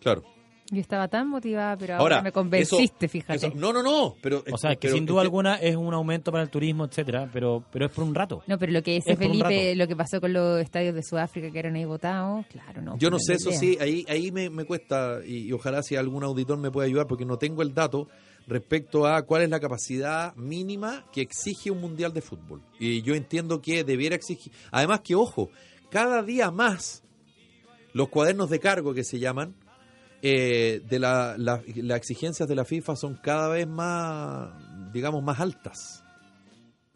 Speaker 2: Claro.
Speaker 1: Yo estaba tan motivada, pero ahora,
Speaker 2: Ahora,
Speaker 1: me convenciste,
Speaker 2: eso-
Speaker 1: fíjate.
Speaker 2: Eso- no, no, no. Pero,
Speaker 3: O sea, que
Speaker 2: pero-
Speaker 3: sin duda
Speaker 2: es que-
Speaker 3: alguna es un aumento para el turismo, etcétera, pero, pero es por un rato.
Speaker 1: No, pero lo que dice
Speaker 3: Es por un
Speaker 1: Felipe,
Speaker 3: rato.
Speaker 1: lo que pasó con los estadios de Sudáfrica que eran ahí votados, claro, no.
Speaker 2: Yo no
Speaker 1: pues,
Speaker 2: sé, eso
Speaker 1: idea.
Speaker 2: sí, ahí, ahí me, me cuesta, y, y ojalá si algún auditor me puede ayudar, porque no tengo el dato respecto a cuál es la capacidad mínima que exige un mundial de fútbol. Y yo entiendo que debiera exigir. Además, que ojo, cada día más los cuadernos de cargo que se llaman, eh, de la- la- las exigencias de la FIFA son cada vez más, digamos, más altas.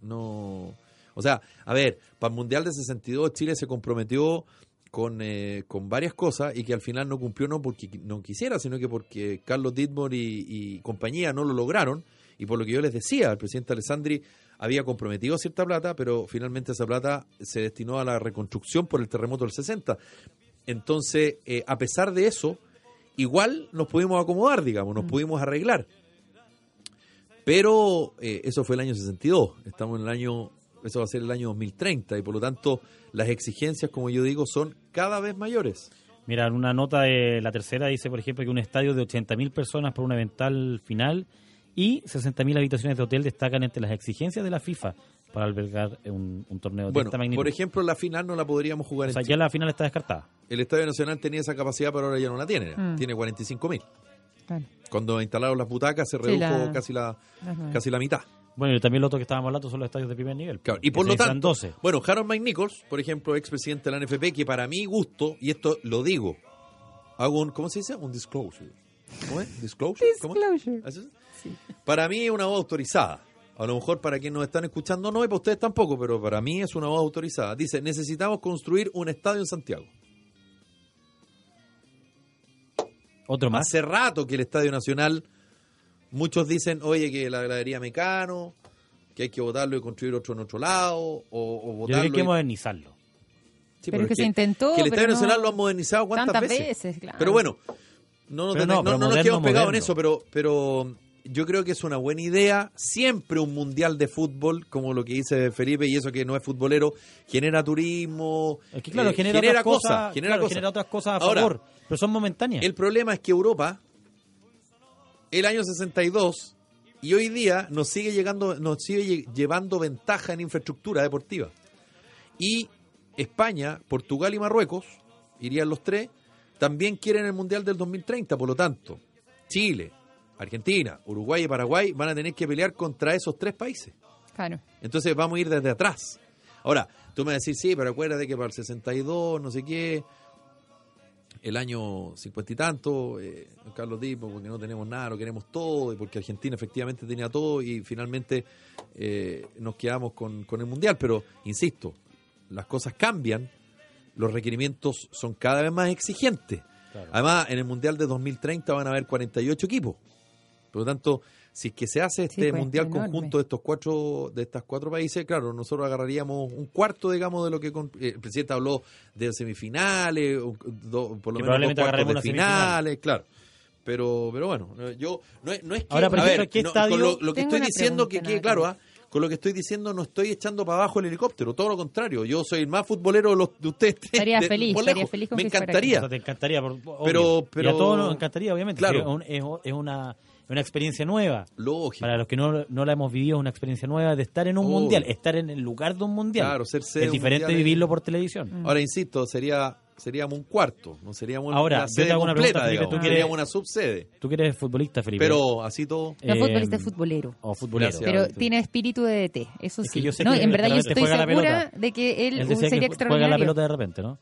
Speaker 2: No. O sea, a ver, para el Mundial de 62 Chile se comprometió con, eh, con varias cosas y que al final no cumplió no porque qui- no quisiera, sino que porque Carlos Dittmore y, y compañía no lo lograron. Y por lo que yo les decía, el presidente Alessandri había comprometido cierta plata, pero finalmente esa plata se destinó a la reconstrucción por el terremoto del 60. Entonces, eh, a pesar de eso, igual nos pudimos acomodar, digamos, nos pudimos arreglar. Pero eh, eso fue el año 62, estamos en el año, eso va a ser el año 2030 y por lo tanto las exigencias, como yo digo, son cada vez mayores.
Speaker 3: Mira, en una nota de la tercera dice, por ejemplo, que un estadio de 80.000 personas por un eventual final y 60.000 habitaciones de hotel destacan entre las exigencias de la FIFA para albergar eh, un, un torneo de
Speaker 2: Bueno,
Speaker 3: esta magnitud.
Speaker 2: por ejemplo, la final no la podríamos
Speaker 3: o
Speaker 2: jugar
Speaker 3: sea,
Speaker 2: en
Speaker 3: ya la final está descartada.
Speaker 2: Chile. El Estadio Nacional tenía esa capacidad, pero ahora ya no la tiene,
Speaker 1: Mm.
Speaker 2: tiene 45 mil.
Speaker 1: Claro,
Speaker 2: Cuando instalaron las butacas se
Speaker 1: Sí,
Speaker 2: redujo
Speaker 1: la- Ah.
Speaker 2: Casi, la,
Speaker 1: no es nuevo.
Speaker 2: casi la mitad.
Speaker 3: Bueno, y también lo otro que estábamos hablando son los estadios de primer nivel.
Speaker 2: Claro, y por lo
Speaker 3: que se necesitan
Speaker 2: tanto,
Speaker 3: 12.
Speaker 2: bueno, Harold Mike Nichols, por ejemplo, expresidente de la NFP, que para mi gusto, y esto lo digo, hago un, ¿cómo se dice? Un disclosure. ¿Cómo es? ¿Disclosure? ¿Cómo es?
Speaker 1: Disclosure.
Speaker 2: ¿Así es? Para mí es una voz autorizada. A lo mejor para quienes nos están escuchando no, y para ustedes tampoco, pero para mí es una voz autorizada. Dice, necesitamos construir un estadio en Santiago.
Speaker 3: Otro más.
Speaker 2: Hace rato que el Estadio Nacional, muchos dicen, oye, que la gradería Mecano, que hay que votarlo y construir otro en otro lado, o, o
Speaker 3: Yo creo que
Speaker 2: votarlo.
Speaker 3: hay que
Speaker 2: y-
Speaker 3: modernizarlo.
Speaker 2: Sí,
Speaker 1: pero es
Speaker 2: es
Speaker 1: que se intentó,
Speaker 2: Que el
Speaker 1: pero
Speaker 2: Estadio
Speaker 1: no-
Speaker 2: Nacional lo han modernizado cuántas
Speaker 1: tantas
Speaker 2: veces.
Speaker 1: veces, claro.
Speaker 2: Pero bueno, no nos,
Speaker 3: Pero
Speaker 2: tenemos- no-
Speaker 3: no,
Speaker 2: no
Speaker 3: pero
Speaker 2: nos
Speaker 3: moderno,
Speaker 2: quedamos pegados en
Speaker 3: moderno.
Speaker 2: eso, pero, pero yo creo que es una buena idea. Siempre un mundial de fútbol, como lo que dice Felipe, y eso que no es futbolero, genera turismo.
Speaker 3: Es que claro,
Speaker 2: eh,
Speaker 3: genera, otras cosas,
Speaker 2: genera
Speaker 3: claro,
Speaker 2: cosas.
Speaker 3: genera otras cosas a
Speaker 2: Ahora,
Speaker 3: favor, pero son momentáneas.
Speaker 2: El problema es que Europa, el año 62 y hoy día nos sigue llegando, nos sigue lle- llevando ventaja en infraestructura deportiva. Y España, Portugal y Marruecos, irían los tres, también quieren el Mundial del 2030, por lo tanto, Chile, Argentina, Uruguay y Paraguay van a tener que pelear contra esos tres países.
Speaker 1: Claro.
Speaker 2: Entonces vamos a ir desde atrás. Ahora, tú me decís, sí, pero acuérdate que para el 62, no sé qué, el año 50 y tanto, eh, Carlos dijo, porque no tenemos nada, lo queremos todo, y porque Argentina efectivamente tenía todo, y finalmente eh, nos quedamos con, con el Mundial. Pero, insisto, las cosas cambian, los requerimientos son cada vez más exigentes. Además, en el Mundial de 2030 van a haber 48 equipos. Por lo tanto, si es que se hace este
Speaker 1: pues,
Speaker 2: mundial
Speaker 1: enorme.
Speaker 2: conjunto de estos cuatro de estas cuatro países, claro, nosotros agarraríamos un cuarto, digamos, de lo que con- eh, el presidente habló de semifinales, o- do- por lo
Speaker 3: Que
Speaker 2: menos dos cuartos
Speaker 3: probablemente agarremos
Speaker 2: de
Speaker 3: una
Speaker 2: finales, claro. Pero, pero bueno, eh, yo no es, no es que
Speaker 3: Ahora, por
Speaker 2: a
Speaker 3: ejemplo,
Speaker 2: ver,
Speaker 3: ¿qué
Speaker 2: no, con
Speaker 3: estadio-
Speaker 2: lo, lo que
Speaker 1: Tengo
Speaker 2: estoy
Speaker 1: una
Speaker 2: diciendo que
Speaker 1: pregunta,
Speaker 2: quede
Speaker 1: nada
Speaker 2: claro,
Speaker 1: que
Speaker 2: ¿ah? con lo que estoy diciendo no estoy echando para abajo el helicóptero, todo lo contrario, yo soy el más futbolero de, los, de ustedes. tres,
Speaker 1: Estaría
Speaker 2: de-
Speaker 1: feliz,
Speaker 2: por
Speaker 1: estaría
Speaker 2: lejos.
Speaker 1: feliz con
Speaker 2: Me
Speaker 1: que fuera
Speaker 3: O
Speaker 2: encantaría.
Speaker 3: sea, te encantaría, por- obvio.
Speaker 2: Pero-
Speaker 3: Y
Speaker 2: pero-
Speaker 3: a todos nos encantaría, obviamente.
Speaker 2: Claro.
Speaker 3: Es un- Es, o- es una, una experiencia nueva.
Speaker 2: Lógico.
Speaker 3: Para los que no, no la hemos vivido, es una experiencia nueva de estar en un
Speaker 2: Obvio.
Speaker 3: mundial, estar en el lugar de un mundial.
Speaker 2: Claro, ser sede de
Speaker 3: es
Speaker 2: un
Speaker 3: diferente
Speaker 2: mundial es-
Speaker 3: vivirlo por televisión.
Speaker 2: Ahora, insisto, sería seríamos un cuarto, no seríamos
Speaker 3: Ahora,
Speaker 2: la
Speaker 3: yo te
Speaker 2: sede
Speaker 3: hago una
Speaker 2: completa,
Speaker 3: pregunta, Felipe,
Speaker 2: digamos,
Speaker 3: tú que-
Speaker 2: seríamos una subsede.
Speaker 3: Tú que eres futbolista, Felipe.
Speaker 2: Pero así todo,
Speaker 1: No
Speaker 3: eh,
Speaker 1: futbolista, es futbolero.
Speaker 3: O futbolero.
Speaker 2: Gracias.
Speaker 1: Pero
Speaker 2: sí.
Speaker 1: tiene espíritu de DT, eso
Speaker 3: Es
Speaker 1: sí.
Speaker 3: que yo sé
Speaker 1: no,
Speaker 3: que
Speaker 1: en verdad yo
Speaker 3: realmente
Speaker 1: estoy
Speaker 3: juega la
Speaker 1: segura
Speaker 3: pelota.
Speaker 1: de que él,
Speaker 3: Él
Speaker 1: uh,
Speaker 3: decía
Speaker 1: sería
Speaker 3: que juega la
Speaker 1: extraordinario.
Speaker 3: pelota de repente, ¿no?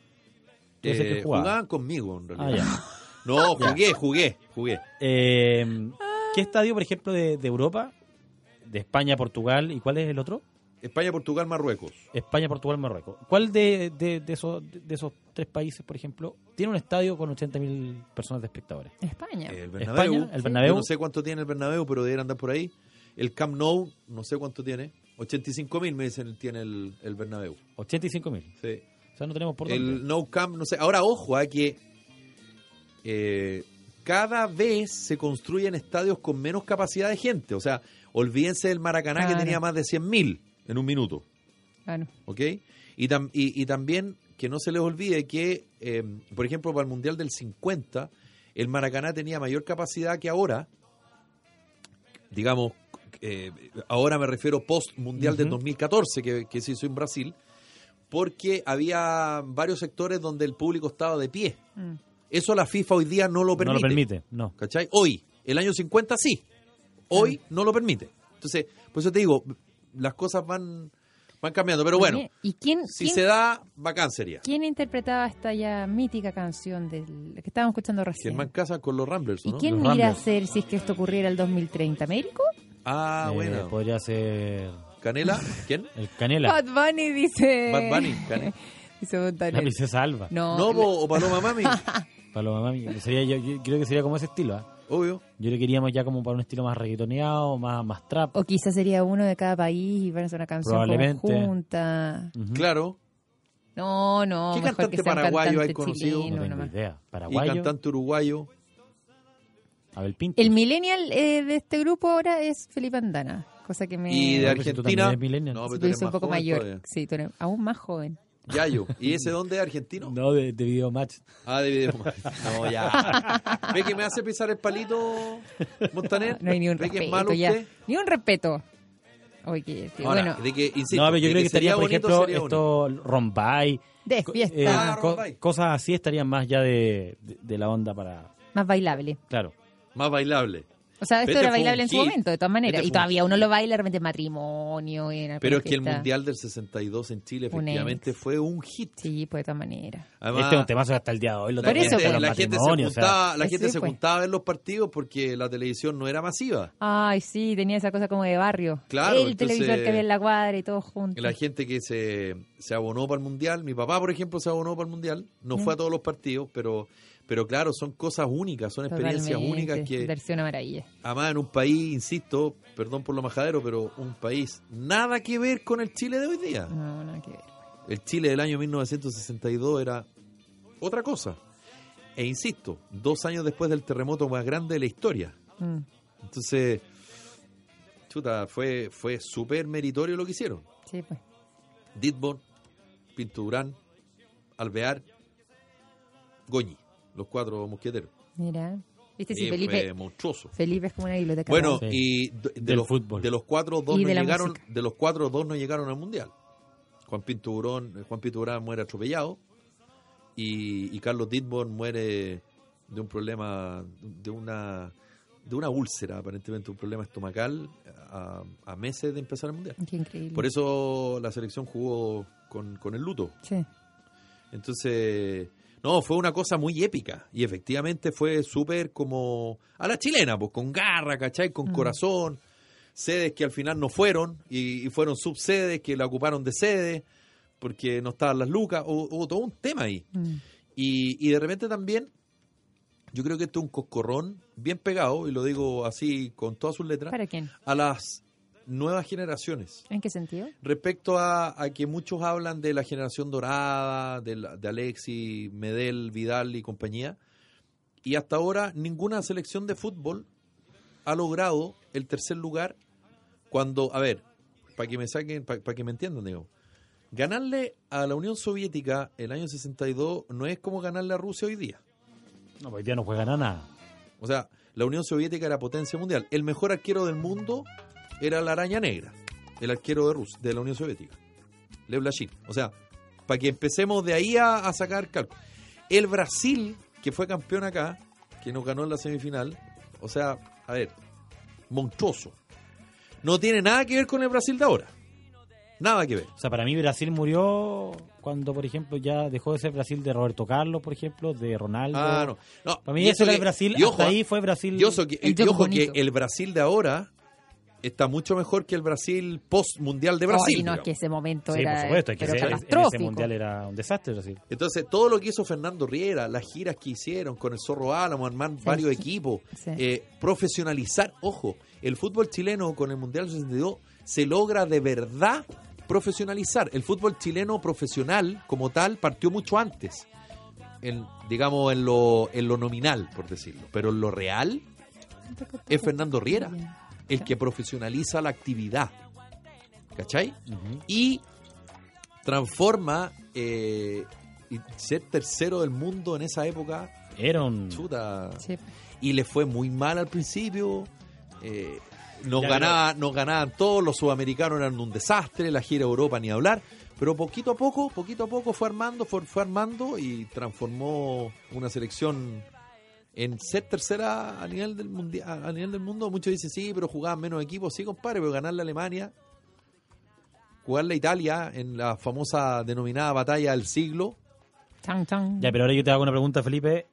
Speaker 3: Yo sé
Speaker 2: eh,
Speaker 3: que jugaba.
Speaker 2: jugaban conmigo en
Speaker 3: Ah,
Speaker 2: realidad.
Speaker 3: ya.
Speaker 2: No, jugué, jugué, jugué.
Speaker 3: Eh, ¿Qué estadio, por ejemplo, de, de Europa? De España, Portugal. ¿Y cuál es el otro?
Speaker 2: España, Portugal, Marruecos.
Speaker 3: España, Portugal, Marruecos. ¿Cuál de, de- de esos, de esos tres países, por ejemplo, tiene un estadio con 80.000 personas de espectadores?
Speaker 1: España.
Speaker 3: Eh,
Speaker 2: El Bernabéu.
Speaker 3: España, el Bernabéu.
Speaker 2: Yo no sé cuánto tiene el Bernabéu, pero deberían andar por ahí. El Camp Nou, no sé cuánto tiene. 85 mil me dicen tiene el, el Bernabéu.
Speaker 3: 85.000.
Speaker 2: Sí.
Speaker 3: O sea, no tenemos por dónde.
Speaker 2: El No Camp, no sé. Ahora, ojo, a que eh, cada vez se construyen estadios con menos capacidad de gente. O sea, olvídense del Maracaná
Speaker 1: Claro.
Speaker 2: que tenía más de 100 mil en un minuto.
Speaker 1: Claro.
Speaker 2: ¿ok? Y, tam- y, y también que no se les olvide que, eh, por ejemplo, para el Mundial del 50, el Maracaná tenía mayor capacidad que ahora, digamos, eh, ahora me refiero post-Mundial del
Speaker 3: Ujú.
Speaker 2: 2014 que, que se hizo en Brasil, porque había varios sectores donde el público estaba de pie.
Speaker 1: Mm.
Speaker 2: Eso la FIFA hoy día no lo
Speaker 3: no
Speaker 2: permite.
Speaker 3: lo permite, no.
Speaker 2: ¿Cachai? Hoy, el año 50 sí. Hoy no lo permite. Entonces, por eso te digo, las cosas van, van cambiando. Pero bueno,
Speaker 1: Oye, ¿Y quién,
Speaker 2: si
Speaker 1: quién-
Speaker 2: se da, bacán sería.
Speaker 1: quién interpretaba esta ya mítica canción del, que estábamos escuchando recién?
Speaker 2: Germán Casa con los Ramblers,
Speaker 1: ¿Y
Speaker 2: ¿no?
Speaker 1: quién mira
Speaker 3: Los
Speaker 1: a
Speaker 3: Ramblers.
Speaker 1: hacer si es que esto ocurriera el 2030? ¿Américo?
Speaker 2: Ah,
Speaker 3: Eh,
Speaker 2: bueno.
Speaker 3: Podría ser
Speaker 2: Canela, ¿quién?
Speaker 3: el Canela,
Speaker 1: Bad Bunny dice.
Speaker 2: Bad Bunny, Canela.
Speaker 1: Dice
Speaker 3: la
Speaker 1: Montaner.
Speaker 3: princesa Alba.
Speaker 1: No,
Speaker 2: No, po, o Paloma Mami,
Speaker 3: Paloma Mami, que sería- yo, yo creo que sería como ese estilo. ¿ah?
Speaker 2: obvio.
Speaker 3: Yo le queríamos ya como para un estilo más reggaetoneado, más, más trap.
Speaker 1: O quizás sería uno de cada país y van a hacer una canción
Speaker 3: Probablemente.
Speaker 1: conjunta.
Speaker 3: Ujú.
Speaker 2: Claro,
Speaker 1: No, no.
Speaker 2: ¿Qué
Speaker 1: mejor
Speaker 2: cantante
Speaker 1: que sea un
Speaker 2: paraguayo
Speaker 1: cantante
Speaker 2: hay conocido?
Speaker 3: No
Speaker 1: chileno
Speaker 3: tengo
Speaker 1: nomás.
Speaker 3: idea.
Speaker 2: y
Speaker 3: Paraguayo,
Speaker 2: cantante uruguayo.
Speaker 3: Abel Pinto.
Speaker 1: El millennial eh, de este grupo ahora es Felipe Andana, cosa que me
Speaker 2: Y de
Speaker 3: No, pero si tú también
Speaker 2: Argentina.
Speaker 3: eres millennial.
Speaker 2: No, pero tú
Speaker 1: lo
Speaker 2: eres
Speaker 1: hizo Eh. un
Speaker 2: más
Speaker 1: poco
Speaker 2: joven
Speaker 1: mayor.
Speaker 2: todavía.
Speaker 1: Sí, tú eres aún más joven.
Speaker 2: Yayo. ¿Y ese dónde es argentino?
Speaker 3: No, de, de video match.
Speaker 2: Ah, de video. No, ya. ¿Ve que me hace pisar el palito, Montaner?
Speaker 1: No hay ni un
Speaker 2: ¿Ve que es
Speaker 1: respeto
Speaker 2: malo
Speaker 1: ya.
Speaker 2: usted?
Speaker 1: Ni un respeto. Oye, que- que
Speaker 2: Ahora,
Speaker 1: bueno,
Speaker 2: de que, insisto,
Speaker 3: no, pero yo
Speaker 2: de
Speaker 3: creo que,
Speaker 2: sería
Speaker 3: estaría, por
Speaker 2: bonito,
Speaker 3: ejemplo,
Speaker 2: sería bonito.
Speaker 3: esto, Rombay.
Speaker 1: de
Speaker 3: co- eh,
Speaker 1: fiesta,
Speaker 2: Ah,
Speaker 3: co-
Speaker 2: Rombay.
Speaker 3: cosas así estarían más ya de, de- de la onda para...
Speaker 1: más bailable.
Speaker 3: Claro.
Speaker 2: más bailable.
Speaker 1: O sea, esto
Speaker 2: Este
Speaker 1: era
Speaker 2: fue un
Speaker 1: bailable en su
Speaker 2: hit.
Speaker 1: momento, de todas maneras. y
Speaker 2: Este fue un
Speaker 1: todavía
Speaker 2: hit.
Speaker 1: uno lo baila de repente en matrimonio. en alguna
Speaker 2: Pero es que el
Speaker 1: fiesta.
Speaker 2: Mundial del 62 en Chile
Speaker 1: Un
Speaker 2: efectivamente
Speaker 1: ex.
Speaker 2: fue un hit.
Speaker 1: Sí, pues de todas maneras.
Speaker 2: Además,
Speaker 3: este es un temazo que hasta el día de hoy. Lo
Speaker 2: la,
Speaker 1: Por
Speaker 3: tenemos
Speaker 1: eso, pues.
Speaker 2: gente,
Speaker 3: en los
Speaker 2: la gente se
Speaker 3: matrimonios, o sea,
Speaker 2: juntaba, la
Speaker 1: Sí,
Speaker 2: gente se
Speaker 1: pues.
Speaker 2: juntaba en los partidos porque la televisión no era masiva.
Speaker 1: Ay, sí, tenía esa cosa como de barrio.
Speaker 2: Claro,
Speaker 1: El
Speaker 2: entonces-
Speaker 1: televisor que había en la cuadra y todo junto.
Speaker 2: La gente que
Speaker 1: Mm.
Speaker 2: se, se abonó para el Mundial, mi papá, por ejemplo, se abonó para el Mundial, no fue a todos los partidos, pero Pero claro, son cosas únicas, son experiencias únicas que
Speaker 1: Darse una maravilla.
Speaker 2: además en un país, insisto, perdón por lo majadero, pero un país nada que ver con el Chile de hoy día.
Speaker 1: No, nada que ver.
Speaker 2: El Chile del año 1962 era otra cosa. E insisto, dos años después del terremoto más grande de la historia.
Speaker 1: Mm.
Speaker 2: Entonces, chuta, fue, fue súper meritorio lo que hicieron.
Speaker 1: Sí, pues.
Speaker 2: Ditbon, Pinto Durán, Alvear, Goñi, los cuatro mosqueteros.
Speaker 1: Mira. Viste, si
Speaker 2: Eh,
Speaker 1: Felipe,
Speaker 2: Fue monstruoso.
Speaker 1: Felipe es como una biblioteca.
Speaker 2: Bueno,
Speaker 1: ¿no?
Speaker 3: Sí.
Speaker 2: y d- de
Speaker 3: Del
Speaker 2: los,
Speaker 3: fútbol.
Speaker 2: de los cuatro, dos
Speaker 1: Y
Speaker 2: no
Speaker 1: de la
Speaker 2: llegaron,
Speaker 1: música.
Speaker 2: de los cuatro, dos no llegaron al mundial. Juan Pinto Durán, Juan Pinto Durán muere atropellado y, y Carlos Ditborn muere de un problema, de una de una úlcera, aparentemente un problema estomacal a, a meses de empezar el mundial.
Speaker 1: Qué increíble.
Speaker 2: Por eso la selección jugó con, con el luto.
Speaker 1: Sí.
Speaker 2: Entonces, no, fue una cosa muy épica. Y efectivamente fue súper como a la chilena, pues con garra, ¿cachai? Con
Speaker 1: Mm.
Speaker 2: corazón. Sedes que al final no fueron y, y fueron subsedes que la ocuparon de sede porque no estaban las lucas. Hubo, hubo todo un tema ahí.
Speaker 1: Mm.
Speaker 2: Y, y de repente también, yo creo que esto es un coscorrón bien pegado, y lo digo así con todas sus letras,
Speaker 1: ¿Para quién?
Speaker 2: a las nuevas generaciones
Speaker 1: ¿En qué sentido?
Speaker 2: respecto a, a que muchos hablan de la generación dorada, de, la- de Alexis, Medel, Vidal y compañía, y hasta ahora ninguna selección de fútbol ha logrado el tercer lugar cuando, a ver, para que me saquen, para que me entiendan, digo, ganarle a la Unión Soviética el año 62 no es como ganarle a Rusia hoy día.
Speaker 3: No, hoy día no juegan a nada.
Speaker 2: O sea, la Unión Soviética era potencia mundial. El mejor arquero del mundo era la araña negra, el arquero de Rus, de la Unión Soviética, Lev Lashin. O sea, para que empecemos de ahí a, a sacar cálculo. El Brasil, que fue campeón acá, que nos ganó en la semifinal, o sea, a ver, monstruoso. No tiene nada que ver con el Brasil de ahora. Nada que ver.
Speaker 3: O sea, para mí Brasil murió cuando, por ejemplo, ya dejó de ser Brasil de Roberto Carlos, por ejemplo, de Ronaldo.
Speaker 2: Ah, no. No,
Speaker 3: Para mí
Speaker 2: y
Speaker 3: eso era
Speaker 2: que-
Speaker 3: el Brasil.
Speaker 2: y ojo, ah,
Speaker 3: hasta ahí fue Brasil.
Speaker 2: Y oso que-
Speaker 1: El
Speaker 2: y
Speaker 1: Diego
Speaker 2: ojo que
Speaker 1: bonito.
Speaker 2: el Brasil de ahora está mucho mejor que el Brasil post-mundial de Brasil.
Speaker 1: Ay, no, es
Speaker 2: digamos.
Speaker 1: que ese momento
Speaker 3: sí,
Speaker 1: era
Speaker 3: por supuesto. Es que
Speaker 1: pero
Speaker 3: ese, en ese
Speaker 1: catastrófico.
Speaker 3: mundial era un desastre Brasil.
Speaker 2: Entonces, todo lo que hizo Fernando Riera, las giras que hicieron con el Zorro Álamo, armar varios equipos,
Speaker 1: Sí.
Speaker 2: eh, profesionalizar, ojo, el fútbol chileno con el Mundial 62 se logra de verdad profesionalizar. El fútbol chileno profesional como tal partió mucho antes, en, digamos en lo, en lo nominal, por decirlo, pero en lo real es Fernando Riera el que profesionaliza la actividad. ¿Cachai? y transforma eh, y ser tercero del mundo en esa época,
Speaker 3: Era un...
Speaker 2: chuta.
Speaker 1: Sí.
Speaker 2: Y le fue muy mal al principio. eh, nos,
Speaker 3: Ya,
Speaker 2: ganaba- nos ganaban todos, los sudamericanos eran un desastre, la gira a Europa ni hablar. Pero poquito a poco, poquito a poco fue armando, fue, fue armando y transformó una selección en ser tercera a nivel del mundial, a nivel del mundo. Muchos dicen sí, pero jugaban menos equipos, sí, compadre, pero ganarle a Alemania, jugarle a Italia en la famosa denominada batalla del siglo,
Speaker 1: Chan, chan.
Speaker 3: Ya, pero ahora yo te hago una pregunta, Felipe.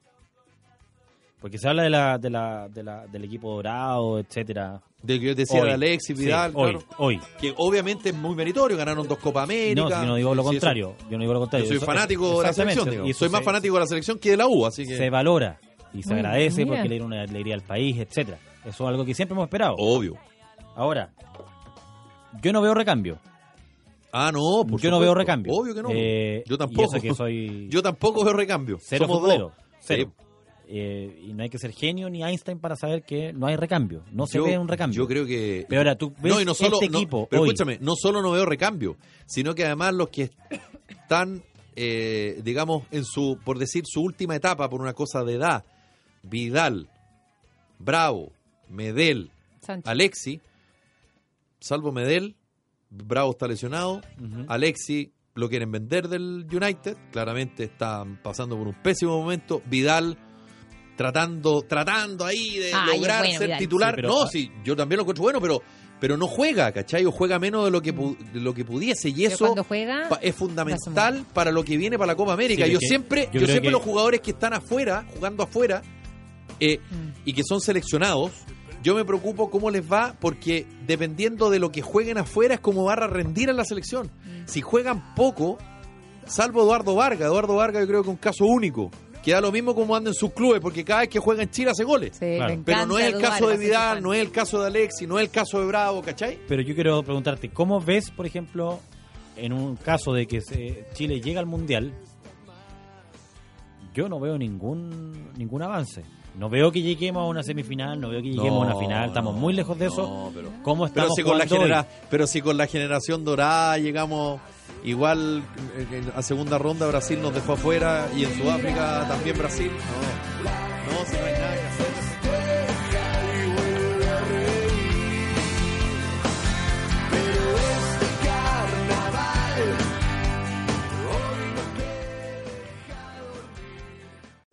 Speaker 3: Porque se habla de la, de la, de la- del equipo dorado, etcétera.
Speaker 2: de que yo decía
Speaker 3: Hoy.
Speaker 2: de Alexis
Speaker 3: Sí,
Speaker 2: Vidal,
Speaker 3: hoy,
Speaker 2: claro.
Speaker 3: hoy.
Speaker 2: que obviamente es muy meritorio, ganaron dos Copa América.
Speaker 3: No, si no digo lo
Speaker 2: Sí, eso-
Speaker 3: contrario. yo no digo lo
Speaker 2: yo
Speaker 3: contrario.
Speaker 2: soy
Speaker 3: Eso-
Speaker 2: fanático de la
Speaker 3: exactamente,
Speaker 2: selección, digo.
Speaker 3: y eso
Speaker 2: soy más
Speaker 3: se-
Speaker 2: fanático de la selección que de la U, así que
Speaker 3: Se valora y se
Speaker 1: Muy
Speaker 3: agradece
Speaker 1: bien.
Speaker 3: porque le dieron una alegría al país, etcétera. Eso es algo que siempre hemos esperado.
Speaker 2: obvio.
Speaker 3: Ahora, yo no veo recambio.
Speaker 2: Ah, no, por
Speaker 3: yo no veo
Speaker 2: supuesto.
Speaker 3: recambio.
Speaker 2: Obvio que no.
Speaker 3: Eh,
Speaker 2: yo
Speaker 3: Y
Speaker 2: tampoco.
Speaker 3: eso que soy
Speaker 2: Yo tampoco veo recambio.
Speaker 3: cero
Speaker 2: Somos
Speaker 3: futbolero,
Speaker 2: dos.
Speaker 3: cero. Eh, y no hay que ser genio ni Einstein para saber que no hay recambio. No se
Speaker 2: Yo-
Speaker 3: ve un recambio.
Speaker 2: Yo creo que
Speaker 3: Pero ahora tú ves
Speaker 2: no, y no solo,
Speaker 3: este
Speaker 2: no-
Speaker 3: equipo
Speaker 2: pero
Speaker 3: hoy.
Speaker 2: escúchame, no solo no veo recambio, sino que además los que están, eh, digamos, en su, por decir, su última etapa por una cosa de edad, Vidal, Bravo, Medel,
Speaker 1: Sánchez.
Speaker 2: Alexi, salvo Medel, Bravo está lesionado,
Speaker 3: Ujú.
Speaker 2: Alexi lo quieren vender del United, claramente están pasando por un pésimo momento, Vidal tratando tratando ahí de
Speaker 1: Ay, Ah, es
Speaker 2: lograr
Speaker 1: bueno,
Speaker 2: ser
Speaker 1: Vidal.
Speaker 2: titular.
Speaker 3: Sí, pero-
Speaker 2: no, sí, yo también lo encuentro bueno, pero pero no juega, ¿cachai? O juega menos de lo que pu- de lo que pudiese y
Speaker 1: Pero
Speaker 2: eso
Speaker 1: cuando juega,
Speaker 2: pa- es fundamental para lo que viene para la Copa América.
Speaker 3: Sí,
Speaker 2: yo
Speaker 3: porque
Speaker 2: siempre
Speaker 3: yo
Speaker 2: yo,
Speaker 3: creo
Speaker 2: siempre
Speaker 3: que-
Speaker 2: los jugadores que están afuera, jugando afuera, eh,
Speaker 1: Mm,
Speaker 2: y que son seleccionados, yo me preocupo cómo les va, porque dependiendo de lo que jueguen afuera es como van a rendir a la selección. Si juegan poco, salvo Eduardo Vargas, Eduardo Vargas yo creo que es un caso único, Que da lo mismo como andan sus clubes, porque cada vez que juega en Chile hace goles.
Speaker 1: Sí,
Speaker 3: Claro.
Speaker 1: me
Speaker 2: Pero
Speaker 1: encanta
Speaker 2: no es el
Speaker 1: Eduardo,
Speaker 2: caso de
Speaker 1: soy su
Speaker 2: Vidal,
Speaker 1: fan.
Speaker 2: no es el caso de Alexi, no es el caso de Bravo, ¿cachai?
Speaker 3: Pero yo quiero preguntarte, ¿cómo ves, por ejemplo, en un caso de que se- Chile llega al Mundial? Yo no veo ningún ningún avance. No veo que lleguemos a una semifinal, no veo que lleguemos a una
Speaker 2: No,
Speaker 3: final, estamos
Speaker 2: no,
Speaker 3: muy lejos de eso.
Speaker 2: no, pero-
Speaker 3: ¿Cómo
Speaker 2: Pero
Speaker 3: estamos
Speaker 2: si, con la
Speaker 3: jugando hoy?
Speaker 2: genera- pero si con la generación dorada llegamos igual eh, eh, a segunda ronda, Brasil nos dejó afuera y en Sudáfrica también Brasil. No, no, si no hay nada que hacer.